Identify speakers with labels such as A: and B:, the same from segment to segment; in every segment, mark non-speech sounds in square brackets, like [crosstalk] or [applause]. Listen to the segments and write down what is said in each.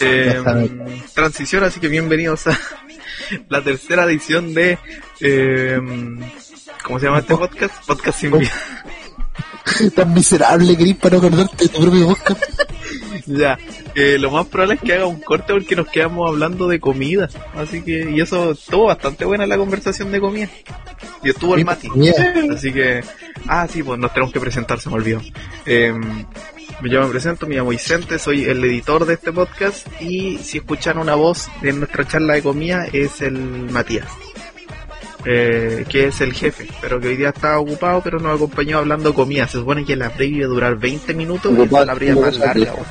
A: Eh, transición, así que bienvenidos a [laughs] la tercera edición de. eh, ¿Cómo se llama este podcast? Podcast sin vida.
B: Tan miserable, Gris, para no acordarte de tu propio podcast.
A: [laughs] ya. Eh, lo más probable es que haga un corte porque nos quedamos hablando de comida. Así que, y eso estuvo bastante buena la conversación de comida. Y estuvo el
B: Sí,
A: Mati.
B: comida.
A: Así que, ah, sí, pues nos tenemos que presentar, se me olvidó. Em, yo me presento, me llamo Vicente, soy el editor de este podcast y si escuchan una voz en nuestra charla de comida es el Matías, eh, que es el jefe, pero que hoy día está ocupado, pero nos acompañó hablando de comida. Se supone que la previa iba a durar 20 minutos, y esta es la previa más larga. weón.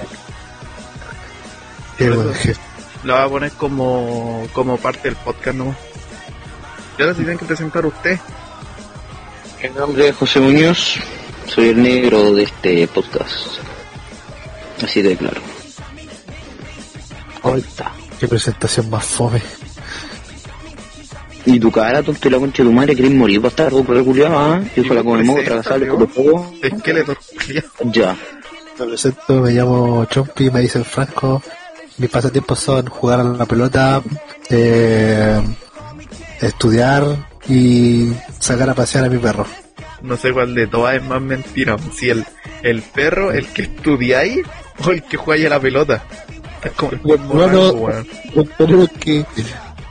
B: Qué
A: Por
B: buen
A: eso.
B: jefe.
A: La voy a poner como, como parte del podcast nomás. Y ahora se tienen que presentar usted.
C: Mi nombre es José Muñoz, soy el negro de este podcast. Así de claro.
B: Ay, qué presentación más fome.
C: Y tu cara, tonto, y la concha de tu madre, querés morir, bastardo, por el culiado, ¿ah? Hijo de la con el moco, atravesarle por el fuego.
A: Esqueleto.
C: Ya.
B: Me presento, me llamo Chompi, me dicen Franco. Mis pasatiempos son jugar a la pelota, eh, estudiar y sacar a pasear a mi perro.
A: No sé cuál de todas es más mentira. Si el, el perro, el que estudiáis o el que juega a la pelota. Es como el
B: Bueno,
A: mismo rango,
B: no.
A: weón.
B: Espero que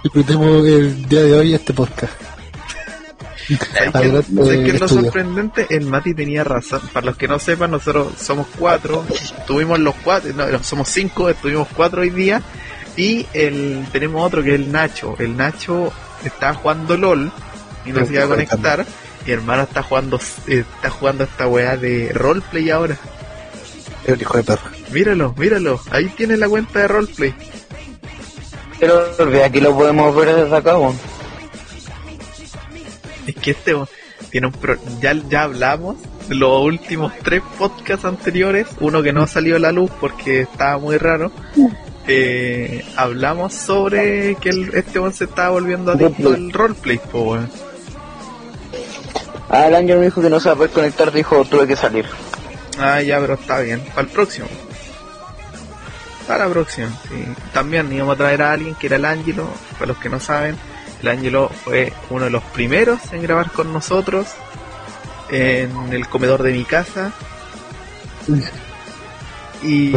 B: disfrutemos el día de hoy este podcast.
A: ¿Sabes qué-
B: Adelante,
A: sabes qué es lo
B: eh, estudio.
A: sorprendente? El Mati tenía razón. Para los que no sepan, nosotros somos cuatro. Tuvimos los cuatro, no, no, somos cinco, estuvimos cuatro hoy día. Y el, tenemos otro que es el Nacho. El Nacho está jugando LOL y no
B: Creo
A: se
B: que
A: iba a
B: fue
A: conectar. Mi hermano está jugando, eh, está jugando esta weá de roleplay ahora.
B: Es un hijo de perro.
A: Míralo, míralo. Ahí tiene la cuenta de roleplay.
C: Pero ve, aquí lo podemos ver desde acá, weón.
A: Es que este bo- tiene un pro- ya, ya hablamos de los últimos tres podcasts anteriores, uno que no salió a la luz porque estaba muy raro. eh, hablamos sobre que el- este one se estaba volviendo adicto
C: Roleplay.
A: al roleplay, po, weón.
C: Ah, el ángel me dijo que no se va a poder conectar, dijo, tuve que salir.
A: Ah, ya, pero está bien. Para el próximo. Para la próxima, sí. También íbamos a traer a alguien que era el Ángelo. Para los que no saben, el Ángelo fue uno de los primeros en grabar con nosotros en el comedor de mi casa. Y.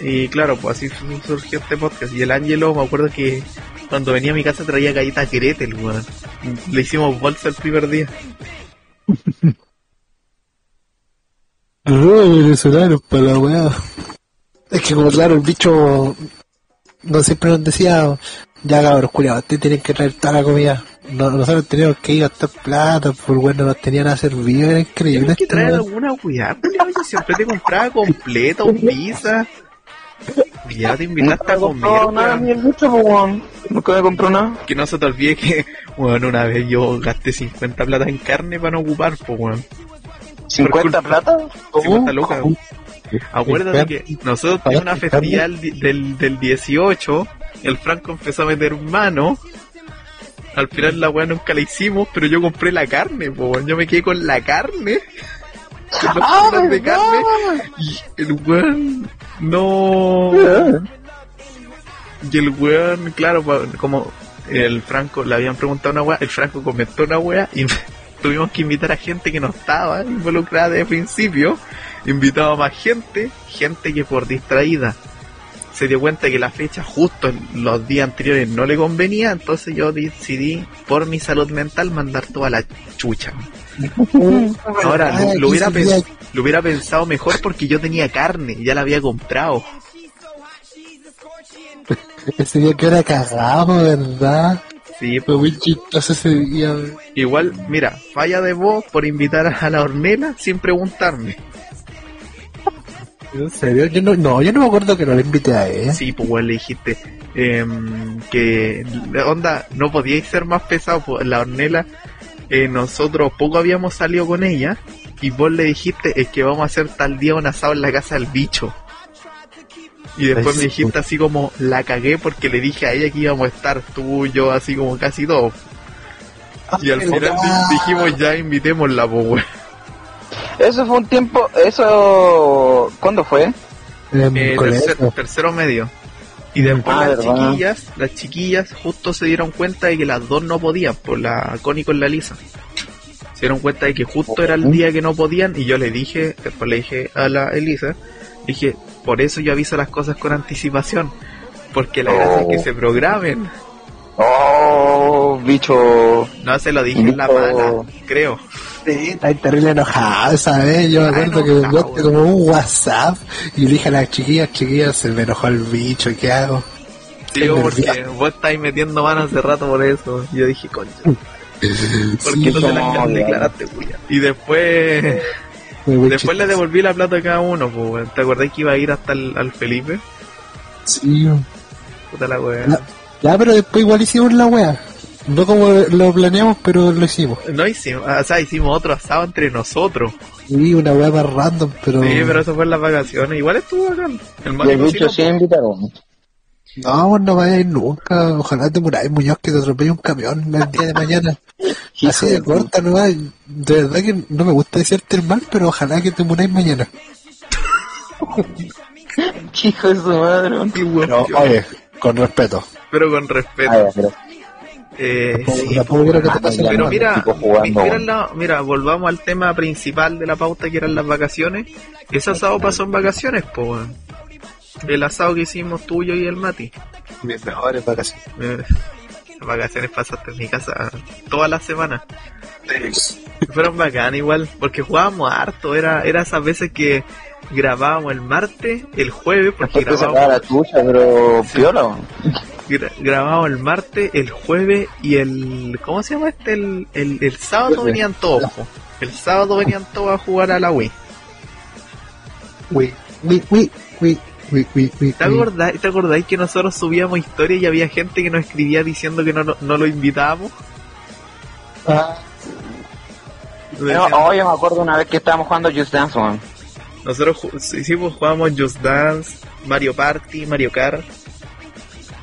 A: Y claro, pues así su- surgió este podcast. Y el Ángelo, me acuerdo que cuando venía a mi casa traía galletas Gretel, weón. Le hicimos bolsa el primer día.
B: Los venezolanos para la weá. Es que como claro, el bicho no siempre nos decía, ya cabros, culiados, ustedes tienen que traer toda la comida. No- nosotros teníamos que ir a gastar plata, pues, por bueno, nos tenían a servir, era increíble. este
A: Tienes que
B: esta
A: traer
B: weá.
A: alguna weá, culiao. Yo siempre te compraba completa, un pizza. Y ya te invitaste a comer, weón.
C: el bicho, weón. Nunca me compró nada.
A: Que no se te olvide que, bueno, una vez yo gasté 50 plata en carne para no ocupar, pues, weón.
C: ¿50 plata?
A: 50 lucas.
B: ¿Cómo?
A: Acuérdate que nosotros tuvimos una
B: ¿Carne?
A: festival di- del, del 18. El Franco empezó a meter mano. Al final la weá nunca la hicimos, pero yo compré la carne, po, weón. Yo me quedé con la
B: [laughs]
A: carne.
B: Ah,
A: Con los kilos de carne. Y el weón no.
C: ¿Eh?
A: Y el weón, claro, pa- como el Franco le habían preguntado una weá, el Franco comentó una weá y [laughs] tuvimos que invitar a gente que no estaba involucrada desde el principio. Invitaba a más gente, gente que por distraída se dio cuenta que la fecha justo en los días anteriores no le convenía, entonces yo decidí por mi salud mental mandar toda la chucha. Ahora,
B: Ah,
A: lo hubiera,
B: quince días.
A: pens- lo hubiera pensado mejor porque yo tenía carne, ya la había comprado.
B: Ese día que era cagado, ¿verdad?
A: Sí,
B: Fue muy chistoso ese día. weón.
A: Igual, mira, falla de vos por invitar a la hornela sin preguntarme.
B: ¿En serio? Yo no, no, yo no me acuerdo que no le invité a él.
A: Sí, pues weón, le dijiste em, que, la onda, no podíais ser más pesado. Pues, la hornela, eh, nosotros poco habíamos salido con ella y vos le dijiste es que vamos a hacer tal día un asado en la casa del bicho. Y después me
B: Ay, sí, pues.
A: dijiste así como la cagué porque le dije a ella que íbamos a estar tú, yo, así como casi todos. Y
B: Ah,
A: al final di- dijimos ya invitémosla, po, weón.
D: Eso fue un tiempo, eso... ¿Cuándo fue?
B: En
A: Eh, tercer-
B: el colegio.
A: tercero medio. Y después
D: Ah,
A: las
D: ¿verdad?
A: chiquillas, las chiquillas justo se dieron cuenta de que las dos no podían, por la Connie con la Lisa. Se dieron cuenta de que justo era el día que no podían y yo le dije, después le dije a la Elisa, dije, por eso yo aviso las cosas con anticipación, porque la gracia es que
D: Oh.
A: se programen.
D: Oh, bicho.
A: No se lo dije en la
D: Oh.
A: mala, creo.
B: Sí, está ahí terrible enojado, ¿sabes? Yo me
A: Está
B: acuerdo que me
A: enojado,
B: enviaste como un WhatsApp y le dije a las chiquillas, chiquillas, se me enojó el bicho, ¿qué hago?
A: Digo, porque
B: nervioso.
A: vos estáis metiendo manos hace rato por eso. Y yo dije, concha, ¿por
B: Sí,
A: qué no te
D: no,
A: las
D: weón.
A: declaraste, Julia? Y después...
B: fue muy
A: Después le
B: chistoso.
A: devolví la plata a cada uno, po, weón. ¿Te acordás que iba a ir hasta el, al Felipe?
B: Sí,
A: Puta la weá.
B: No. Ya, pero después igual hicimos la wea. No como lo planeamos, pero lo hicimos.
A: No hicimos, ah, o sea, hicimos otro asado entre nosotros.
B: Sí, una wea más random, pero...
A: Sí, pero eso fue en las vacaciones. Igual estuvo bacán. El
C: Y el
A: Mario
C: bicho
A: cocinó,
C: sí invitaron.
B: No, vos no vayas a ir nunca. Ojalá te muráis, Muñoz, que te atropelle un camión el día
A: [laughs]
B: de mañana. Así de corta nomás. De verdad que no me gusta decirte el mal, pero ojalá que te muráis mañana.
D: Hijo de su madre.
A: el weón,
B: Pero,
A: yo-
B: oye, con respeto.
A: pero con
C: Ah,
A: respeto.
C: ya, pero
A: Eh, sí,
B: Tampoco quiero que te
C: ah,
B: pase
C: ya,
B: nada
A: pero
B: malo.
A: mira,
C: tipo jugando,
A: mira,
C: weón.
A: la- mira, volvamos al tema principal de la pauta que eran las vacaciones. Ese asado pasó en vacaciones, po, weón. El asado que hicimos tuyo y el Mati.
B: Mis mejores vacaciones.
A: Eh, Las vacaciones pasaste en mi casa todas las semanas. Fueron bacán igual, porque jugábamos harto, era, era esas veces que grabábamos el martes, el jueves, porque
C: después te sacaba
A: grabábamos,
C: la tuya, pero piola. weón.
A: gra- grabábamos el martes, el jueves y el... ¿Cómo se llama este? El, el, el sábado
C: Jueves.
A: venían todos. po. El sábado venían todos a jugar a la Wii.
B: Uy, uy, uy, uy, uy, uy, uy.
A: ¿Te acordáis, ¿Te acordáis que nosotros subíamos historias y había gente que nos escribía diciendo que no, no, no lo invitábamos?
B: Ah,
D: No, oh, yo me acuerdo una vez que estábamos jugando Just Dance, weón.
A: Nosotros ju- hicimos, jugamos Just Dance, Mario Party, Mario Kart.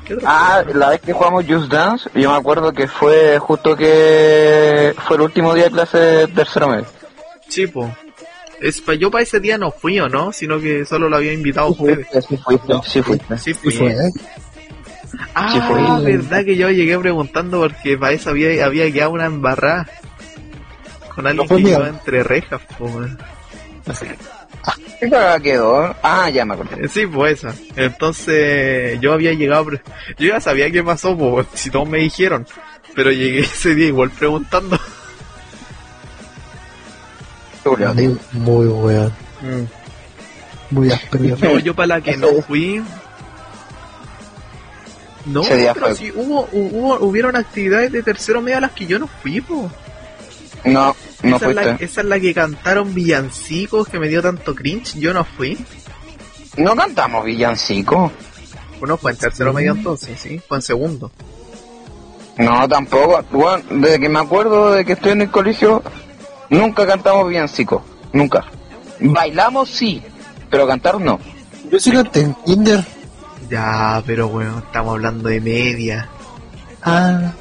A: ¿Qué otra
D: Ah, la vez que jugamos Just Dance, yo me acuerdo que fue justo que fue el último día de clase de tercero medio.
A: Chipo. Es pa- yo para ese día no fui o no, sino que solo lo había invitado a
D: Oh,
A: ustedes.
C: Sí fuiste, sí fuiste.
A: Sí,
B: sí
A: fui.
B: fue, ¿eh?
A: Ah,
C: Sí fue.
A: verdad que yo llegué preguntando porque para eso había, había quedado una embarrada. Con alguien
B: fue
A: que
B: mío.
A: llevaba entre rejas, po, weón.
D: ¿Qué cagada quedó? Ah, ya me acuerdo.
A: Eh, Sí, pues esa. Entonces, yo había llegado. pre- Yo ya sabía qué pasó, po, weón, si todos me dijeron. Pero llegué [laughs] ese día igual preguntando.
D: Julio, tío.
B: Muy, muy weón.
A: Mm.
B: Muy
D: [laughs]
B: áspero.
A: No, yo para la que no fui. No,
D: Ese día
A: pero
D: fue.
A: sí hubo, hubo, hubieron actividades de tercero medio a las que yo no fui, po.
D: No, no
A: esa, es la,
D: fuiste.
A: esa es la que cantaron villancicos que me dio tanto cringe, yo no fui.
D: No cantamos villancico.
A: Bueno, fue en tercero medio entonces, sí, fue en segundo.
D: No, tampoco. Bueno, desde que me acuerdo de que estoy en el colegio, nunca cantamos villancico. Nunca. Bailamos sí, pero cantar no.
B: Yo sí canté en Tinder.
A: Ya, pero bueno, estamos hablando de media.
B: Ah,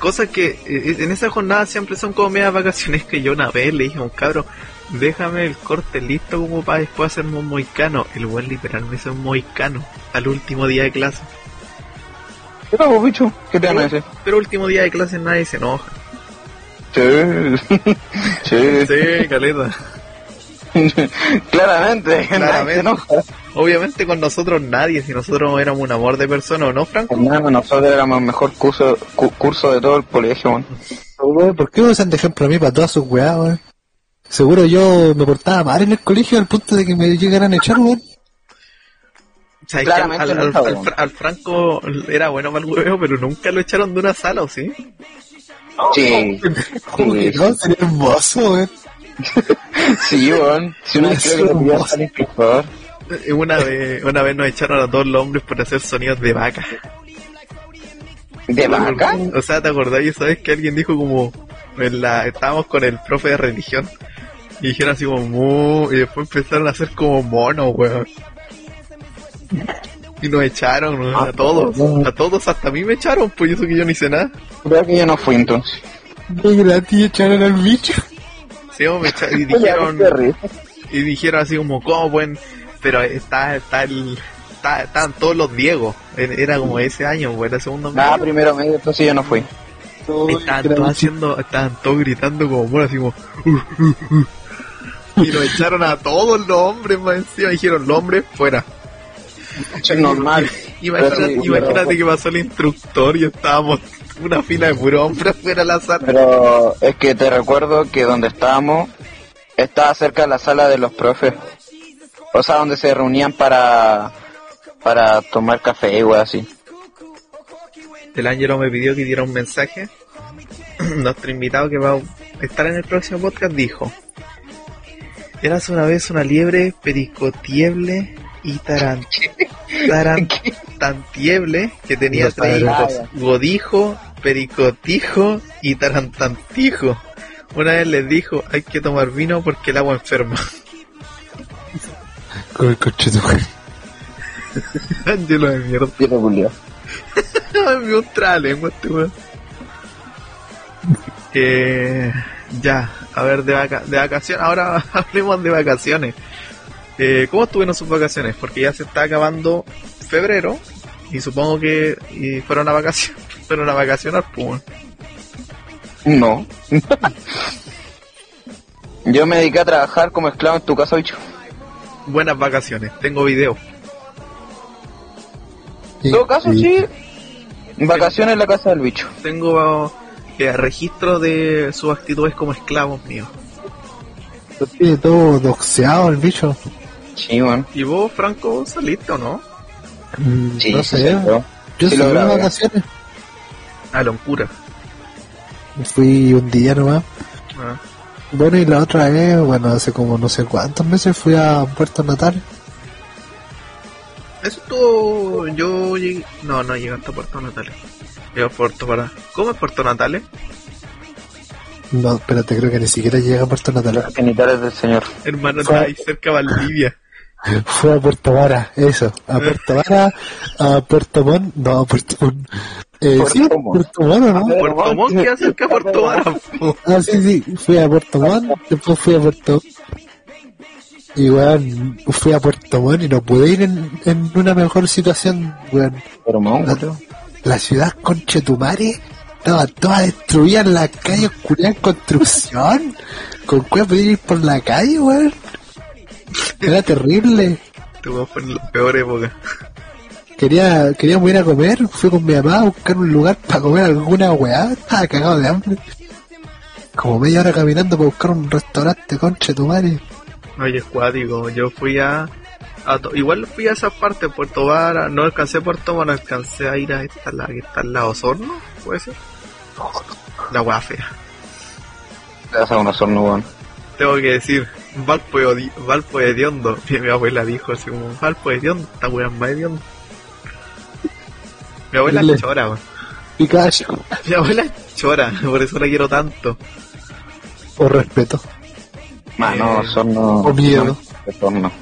A: Cosas que eh, en esa jornada siempre son como medias vacaciones que yo una vez le dije a un cabro, déjame el corte listo como para después hacerme un moicano. El buen literal me hizo un moicano al último día de clase. Uh,
D: ¿Qué hago, bicho? ¿Qué te van a decir?
A: Pero último día de clase nadie se enoja.
D: Sí. [laughs] sí. [laughs]
A: Sí, caleta.
D: Claramente,
A: Claramente.
D: nadie se [laughs] enoja.
A: Obviamente con nosotros nadie, si nosotros éramos un amor de persona, ¿o no, Franco?
D: Hermano, nosotros éramos el mejor curso, cu- curso de todo el colegio, weón.
B: weón, ¿por qué me usan de ejemplo a mí para todas sus weas, weón? Seguro yo me portaba mal en el colegio al punto de que me llegaran a echar, weón.
A: O sea, es que al,
D: Claramente
A: al-
D: no
A: al-
D: está
A: al
D: bueno.
A: Fra- al Franco era bueno para el hueveo, pero nunca lo echaron de una sala, ¿o sí?
D: Sí,
B: Como que no, sería hermoso, weón.
D: sí, weón. Si una vez creo que lo pidió al instructor.
A: Eh, Una vez, una vez nos echaron a todos los hombres por hacer sonidos de vaca.
D: ¿De vaca?
A: O sea, ¿te acordás? Y sabes que alguien dijo como... en la- estábamos con el profe de religión. Y dijeron así como... "Mu", Y después empezaron a hacer como monos, weón. Y nos echaron weón, a todos. A todos, hasta a mí me echaron. Pues y eso que yo no hice nada.
D: Creo que yo no fui entonces.
B: De que la tía echaron al bicho.
A: Sí, vos me echa-
D: [laughs]
A: y
D: Ya, no
A: dijeron,
D: te ríes.
A: y dijeron así como, ¿cómo pueden? Pero está, está el, está- estaban todos los Diegos. Era era como ese año, pues, era segundo
D: Ah,
A: medio.
D: primero medio, entonces yo no fui.
A: Estaban todos haciendo, estaban todos gritando como bueno, así como. "Uh, uh, uh". Y lo echaron a todos los hombres más encima. Dijeron, los hombres fuera.
D: Eso es normal.
A: Imagínate,
D: Pero sí,
A: imagínate
D: pero-
A: que pasó el instructor y estábamos una fila de puro hombre afuera de la sala.
D: Pero es que te recuerdo que donde estábamos estaba cerca de la sala de los profes. O sea, donde se reunían para para tomar café y weas así.
A: El Ángelo me pidió que diera un mensaje. [clears throat] Nuestro invitado que va a estar en el próximo podcast dijo: Eras una vez una liebre pericotiable y taran, taran- tantieble que tenía
B: Los
A: tres hijos:
D: tarantayas.
A: godijo, pericotijo y tarantantijo. Una vez les dijo: Hay que tomar vino porque el agua enferma. [laughs]
B: Con el coche de tu madre.
A: Ángelo de mierda.
D: Yo te buleo.
A: Me ultra lengua este weón. Eh, ya, a ver, de, vaca- de vacaciones, ahora [laughs] hablemos de vacaciones. Eh, ¿Cómo estuvieron sus vacaciones? Porque ya se está acabando febrero y supongo que y fueron a vacaciones, [laughs] fueron a vacacionar, pues. weón.
D: No. [laughs] Yo me dediqué a trabajar como esclavo en tu casa, bicho.
A: Buenas vacaciones, tengo video.
B: Sí,
D: En todo caso,
B: sí.
D: sí. Vacaciones en la casa del bicho.
A: Tengo eh, registro de sus actitudes como esclavos míos.
B: Lo tiene todo doxeado el bicho.
D: Sí, man.
A: ¿Y vos, Franco, saliste o no?
B: Mm,
D: Sí,
B: no sé.
D: sí, sí, yo.
B: yo
D: Sí
B: sí
D: lo
B: fui de
D: grabé.
B: vacaciones.
A: A loncura.
B: Fui un día nomás.
A: Ah,
B: Bueno, y la otra vez, bueno, hace como no sé cuántos meses fui a Puerto Natal.
A: Eso estuvo. Yo llegué. No, no llegué hasta Puerto Natales. Llegué a Puerto para. ¿Cómo es Puerto Natales?
B: No, espérate, creo que ni siquiera llega a Puerto Natal. [laughs]
D: Los genitales del señor.
A: Hermano, está ahí cerca de Valdivia.
B: Fue a Puerto Vara, eso. A Puerto Vara, a Puerto Montt, no, a Puerto Montt. Eh,
D: Puerto
B: sí,
D: Montt.
B: Puerto Montt, ¿o ¿no?
D: Pero
A: Puerto
D: vos-
A: Montt queda cerca de Puerto Vara. po.
B: Ah, sí, sí, fui a Puerto Montt, después fui a Puerto y weón, fui a Puerto Montt y no pude ir en, en una mejor situación, weón.
D: Pero, man,
B: La, la ciudad conchetumare estaba toda destruida en las calles, culiadas en [laughs] construcción. ¿Con cuál podía ir por la calle, weón? Era terrible.
A: Estuvo fue en la peor época.
B: Quería, queríamos ir a comer, fui con mi mamá a buscar un lugar para comer alguna weá, estaba cagado de hambre. Como media hora caminando para buscar un restaurante, conche tu madre.
A: Oye, es cuático. Yo fui a. a to- Igual fui a esas partes, Puerto Vara. No alcancé a Puerto Montt, alcancé a ir a esta la que está al lado Osorno, puede ser. La hueá fea.
D: te vas a un osorno, weón.
A: Tengo que decir, Valpo, hedi- Valpo hediondo. [laughs] Mi, mi abuela dijo así como, Valpo hediondo, esta weá es más hediondo. Mi abuela
B: Le-
A: es chora, weón.
B: Pikachu.
A: Mi abuela es chora, [laughs] por eso la quiero tanto.
B: O respeto. [laughs]
D: Mano,
A: Eh,
D: osorno.
B: o miedo.
D: no, Osorno.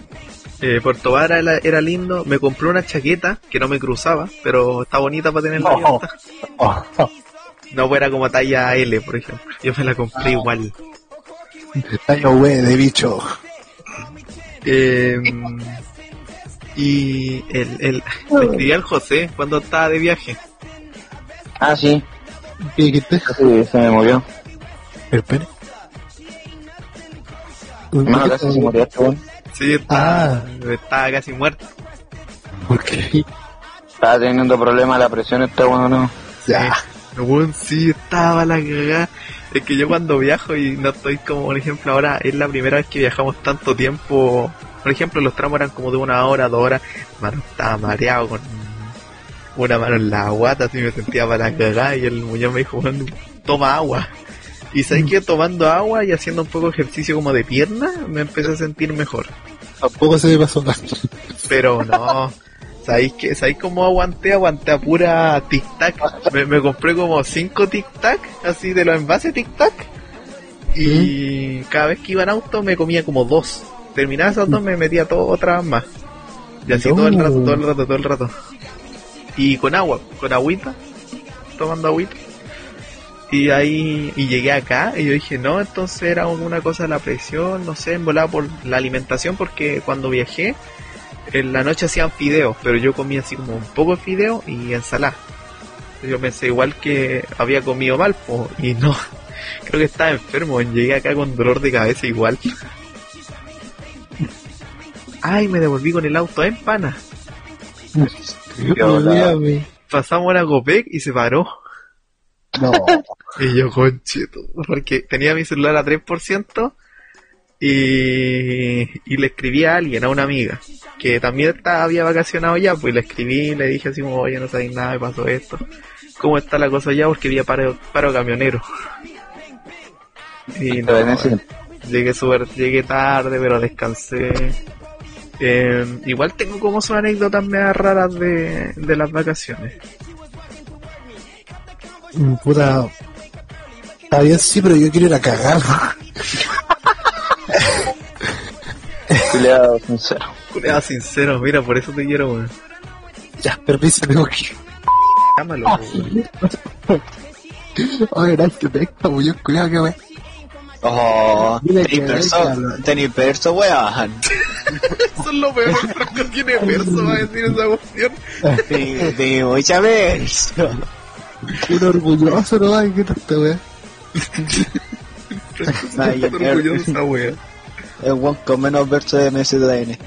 A: Eh, Puerto Vara era, era lindo, me compré una chaqueta que no me cruzaba, pero está bonita para tenerla
D: No.
A: abierta.
B: Oh,
A: No fuera como talla L, por ejemplo. Yo me la compré igual.
B: Año wey de bicho.
A: Eh, y el, el, [laughs] le escribí al José cuando estaba de viaje.
D: Ah, sí.
B: ¿Qué dijiste?
D: sí, se me murió.
B: El pene.
D: Mano, casi se murió este weón.
A: Sí, estaba,
B: Ah.
A: estaba casi muerto.
B: ¿Por
A: [laughs]
B: qué?
D: Estaba teniendo problemas la presión este weón, no.
B: Ya.
A: Eh, weón, sí, estaba la cagada. Es que yo cuando viajo y no estoy como, por ejemplo, ahora es la primera vez que viajamos tanto tiempo. Por ejemplo, los tramos eran como de una hora, dos horas. Mano, estaba mareado con una mano en la guata, así me sentía para la cagada. Y el muñón me dijo, "Weón, toma agua. Y sabes que tomando agua y haciendo un poco de ejercicio como de pierna, me empecé a sentir mejor.
B: Tampoco se me
A: [laughs]
B: pasó nada.
A: Pero no. ¿Sabéis, que, ¿Sabéis cómo aguanté? Aguanté a pura tic-tac. Me, me compré como 5 tic-tac, así de los envases tic-tac. Y cada vez que iba en auto me comía como dos. Terminaba esas dos, me metía todo, otras más. Y así todo el rato, todo el rato, todo el rato. Y con agua, con agüita, tomando agüita. Y ahí y llegué acá y yo dije, no, entonces era una cosa la presión, no sé, volaba por la alimentación porque cuando viajé en la noche hacían fideos, pero yo comía así como un poco de fideo y ensalada. Yo pensé igual que había comido mal, po, y no, [laughs] creo que estaba enfermo, llegué acá con dolor de cabeza igual. [laughs] Ay, me devolví con el auto en pana.
B: Olvídame.
A: Pasamos la Gopec y se paró.
B: No,
A: Y yo, conchito, porque tenía mi celular a 3% y, y le escribí a alguien, a una amiga, que también está- había vacacionado ya, pues le escribí, le dije así como, oye, no sabéis nada, me pasó esto. ¿Cómo está la cosa ya? Porque había paro, paro camionero. Y no,
D: Pero en ese-
A: llegué, súper- llegué tarde, pero descansé. Eh, igual tengo como sus anécdotas medio raras de, de las vacaciones.
B: mm, puta. Está bien, sí, pero yo quiero ir a cagar.
D: culiao sincero.
A: Culeado sincero, mira, por eso te quiero, weón.
B: [laughs] ya, permiso, tengo que ir.
A: [laughs] Llámalo, weón.
B: Oye, no, que me está
A: pues,
B: muy culiado, que wey.
E: Oh,
B: Dile que
E: tenés perso,
B: venga.
E: tenés
B: [laughs]
E: perso, weón.
A: Eso es lo [laughs] peor, Franco tiene verso va a decir esa cuestión.
E: Tenés tenés mucha perso.
B: Un orgulloso, no hay que no
A: [laughs]
B: está, wey.
E: Ay,
A: Está orgulloso de esa wea.
E: El weón con menos verso de MZN.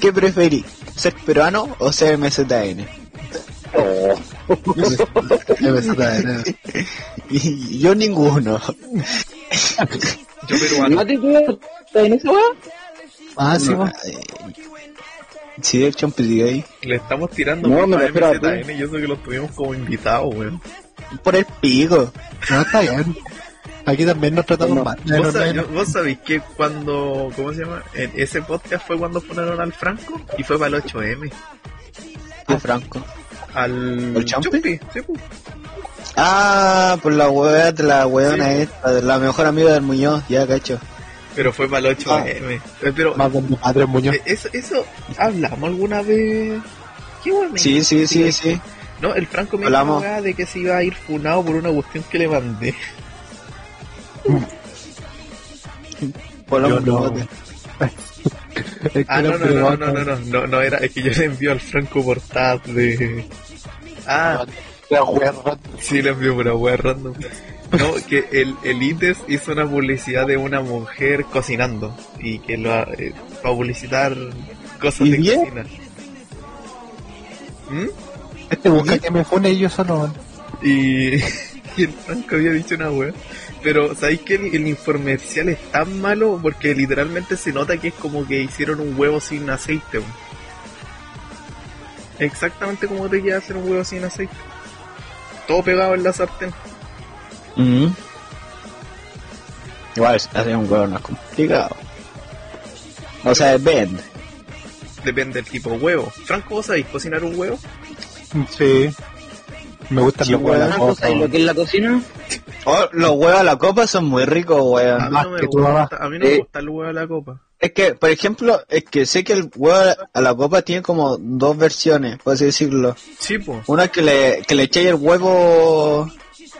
E: ¿Qué preferís? ¿Ser peruano o ser MZN?
B: Ya me está, eh.
E: Y Yo ninguno.
A: Yo peruano.
C: Mati, tú estás en esa weá.
B: Ah, sí,
E: No,
B: vos.
E: eh, Si de hecho ahí.
A: Le estamos tirando
C: No,
A: mucho
C: me
A: a
C: refiero a ti.
A: MZN y eso que lo tuvimos como invitado, weón.
E: Por el pico.
B: No, está bien. Aquí también nos tratamos
C: No,
B: mal. Ya, no,
A: ¿Vos,
B: no,
A: sabés,
B: no.
A: vos sabés que cuando, ¿cómo se llama? En ese podcast fue cuando fueron al Franco y fue para el 8M.
E: Ah, Franco.
A: Al
E: ¿El Champi?
A: sí, pues.
E: Ah, por la hueá de la hueona
A: Sí.
E: esta, de la mejor amiga del Muñoz, ya cacho.
A: Pero fue para el 8M. Eh, Pero,
B: Más con mi padre Muñoz.
A: eh, eso, eso, hablamos alguna vez. ¿Qué weón me
E: Sí, sí, sí, sí.
A: No, el Franco me
E: Hablamos.
A: dijo de que se iba a ir funado por una cuestión que le mandé.
E: Por la
B: Yo no.
E: huevote.
B: Es que
A: Ah,
B: era
A: no, no, no,
B: privado.
A: no, no, no, no, no era, es que yo le envío al Franco Portad de... Ah,
B: La wea rota.
A: sí, le envío una wea random. No, que el, el ITES hizo una publicidad de una mujer cocinando y que lo eh, para publicitar cosas
E: ¿Y
A: de
E: bien?
A: cocina. ¿Mm?
B: Este busca que me fune y yo solo, wey.
A: Y, [laughs] y el Franco había dicho una wea. Pero, ¿sabéis que el, el informe especial es tan malo? Porque literalmente se nota que es como que hicieron un huevo sin aceite. weón. Exactamente como te queda hacer un huevo sin aceite. Todo pegado en la sartén.
C: Mm-hmm.
E: Mm. Igual, hacer un huevo no es complicado. O sea, es vende.
A: Depende del tipo de huevo. Franco, ¿vos sabéis cocinar un huevo?
B: Sí. Me gustan
E: Sí,
B: los huevos. de
E: weón,
B: la
C: Franco,
B: copa,
C: ¿sabes lo que es la cocina?
E: Oh, los huevos a la copa son muy ricos,
A: A mí
E: weón.
B: más
A: no me
B: que tu
A: gusta, a mí no me
E: Sí.
A: gusta el huevo a la copa.
E: Es que, por ejemplo, es que sé que el huevo a la copa tiene como dos versiones, por así decirlo.
A: Sí, po.
E: Una que le, que le echáis el huevo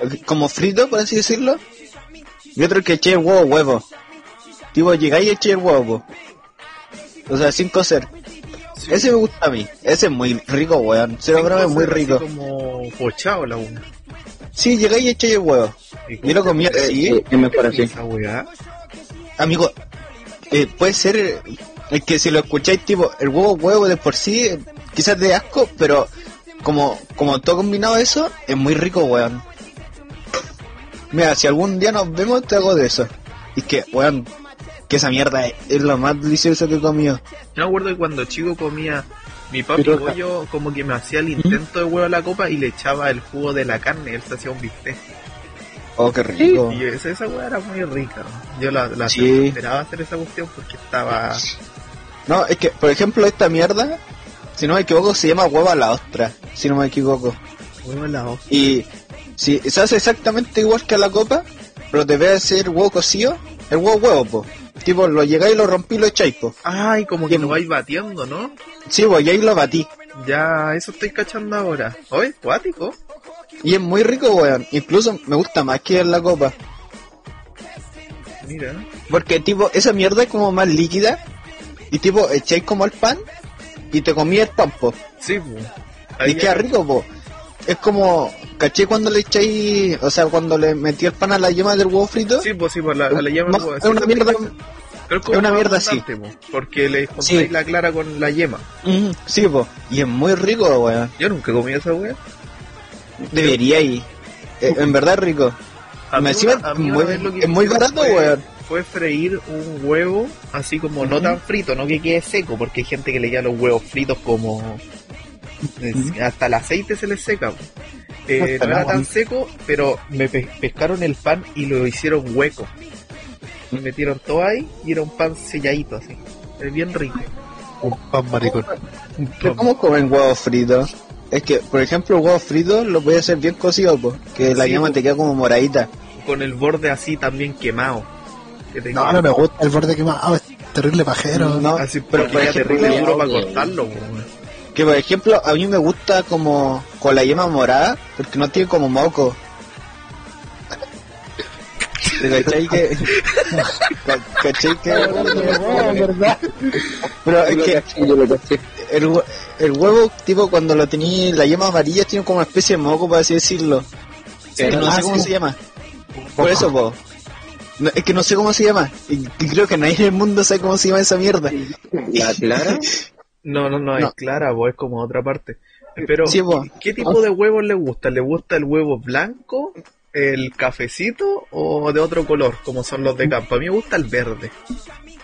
E: eh, como frito, por así decirlo. Y otro que echáis el huevo huevo. Tipo, llegáis y echáis el huevo. O sea, sin cocer.
A: Sí.
E: Ese me gusta a mí. Ese es muy rico, weón. Se lo es muy
A: Entonces, así
E: rico.
A: como pochado la una.
E: Sí, llegáis y echáis el huevo. Yo lo comí así,
C: Sí, es mejor así.
A: Esa weá.
E: amigo. eh, puede ser eh, es que si lo escucháis, tipo, el huevo huevo de por sí, eh, quizás de asco, pero como, como todo combinado eso, es muy rico, weón. Mira, si algún día nos vemos, te hago de eso. Y que, weón, que esa mierda es, es lo más delicioso que he comido.
A: Yo me acuerdo que cuando chico comía mi papi
B: Piroja.
A: bollo, como que me hacía
E: ¿Mm?
A: el intento de huevo a la copa y le echaba el jugo de la carne, él se hacía un bistec.
E: Oh, qué rico.
A: Y yo, esa, esa hueá era muy rica. Yo la, la
E: Sí.
A: esperaba hacer esa cuestión porque estaba.
E: No, es que, por ejemplo, esta mierda, si no me equivoco, se llama huevo a la ostra, si no me equivoco.
A: Huevo a la hoja.
E: Y si se hace exactamente igual que a la copa, pero te ve hacer huevo cocido, el huevo huevo, po. Tipo, lo llegáis, lo rompí, lo echáis, po.
A: Ay, como que
E: Bien.
A: lo vais batiendo, ¿no?
E: Sí, po, y ahí lo batí.
A: Ya, eso estoy cachando ahora. Oye, cuático.
E: Y es muy rico, weón. Incluso me gusta más que en la copa.
A: Mira.
E: Porque, tipo, esa mierda es como más líquida. Y, tipo, echáis como el pan y te comí el pan, po.
A: Sí, pues.
E: Y queda rico, po. Es como, caché cuando le echáis, o sea, cuando le metí el pan a la yema del huevo frito.
A: Sí, pues, sí, pues, la, la llama
E: Más-
A: pues,
E: es
A: sí,
E: una
A: pues,
E: mierda.
A: pero como
E: es una
A: más
E: mierda así.
A: abundante, pues, Porque le juntáis
E: Sí.
A: la clara con la yema.
E: Mm, sí, po. Y es muy rico, weón.
A: Yo nunca comí esa weá.
E: Debería ir. Eh, en verdad es rico.
A: A mí
E: Encima,
A: una- a mí una
E: muy-
A: vez lo que
E: es muy
A: hicieron
E: barato,
A: fue-
E: weón.
A: Fue freír un huevo así como no
E: Ujú.
A: tan frito, no que quede seco, porque hay gente que le queda los huevos fritos como. es- Hasta el aceite se les seca. po. Eh,
E: Hasta
A: no era
E: la-
A: tan seco, pero me pe- pescaron el pan y lo hicieron hueco. Me metieron todo ahí y era un pan selladito así. Es bien rico.
B: Un pan maricón.
E: Pero ¿Cómo comen huevo frito? Es que, por ejemplo, el huevo frito lo voy a hacer bien cocido, po. Que la
A: Sí,
E: yema
A: po.
E: te queda como moradita.
A: Con el borde así también quemado. Que te
B: No,
A: queda-
B: no me gusta el borde quemado. Es terrible pajero.
E: No,
A: Así,
E: pero
A: pero
E: por
A: queda
E: ejemplo,
A: terrible
C: ya,
A: duro para
C: ok.
A: cortarlo. po.
E: Que por ejemplo, a mí me gusta como con la yema morada, porque no tiene como moco. ¿Te cachai que.? [laughs] ca- ¿cachai que.?
B: ¿verdad?
E: Pero
C: Yo
E: es
C: lo
E: que
C: caché, yo lo caché.
E: el, hue- el huevo, tipo, cuando lo tenía la yema amarilla, tiene como una especie de moco, por así decirlo. que no sé
B: asco.
E: cómo se llama. Por eso, po. No, es que no sé cómo se llama. Y, y creo que nadie en el mundo sabe cómo se llama esa mierda.
C: La clara,
A: No, no, no,
E: No.
A: es clara, po, es como otra parte. Pero,
E: Sí, po.
A: ¿qué tipo de huevos le gusta? ¿Le gusta el huevo blanco, el cafecito o de otro color, como son los de campo? A mí me gusta el verde.
E: [laughs]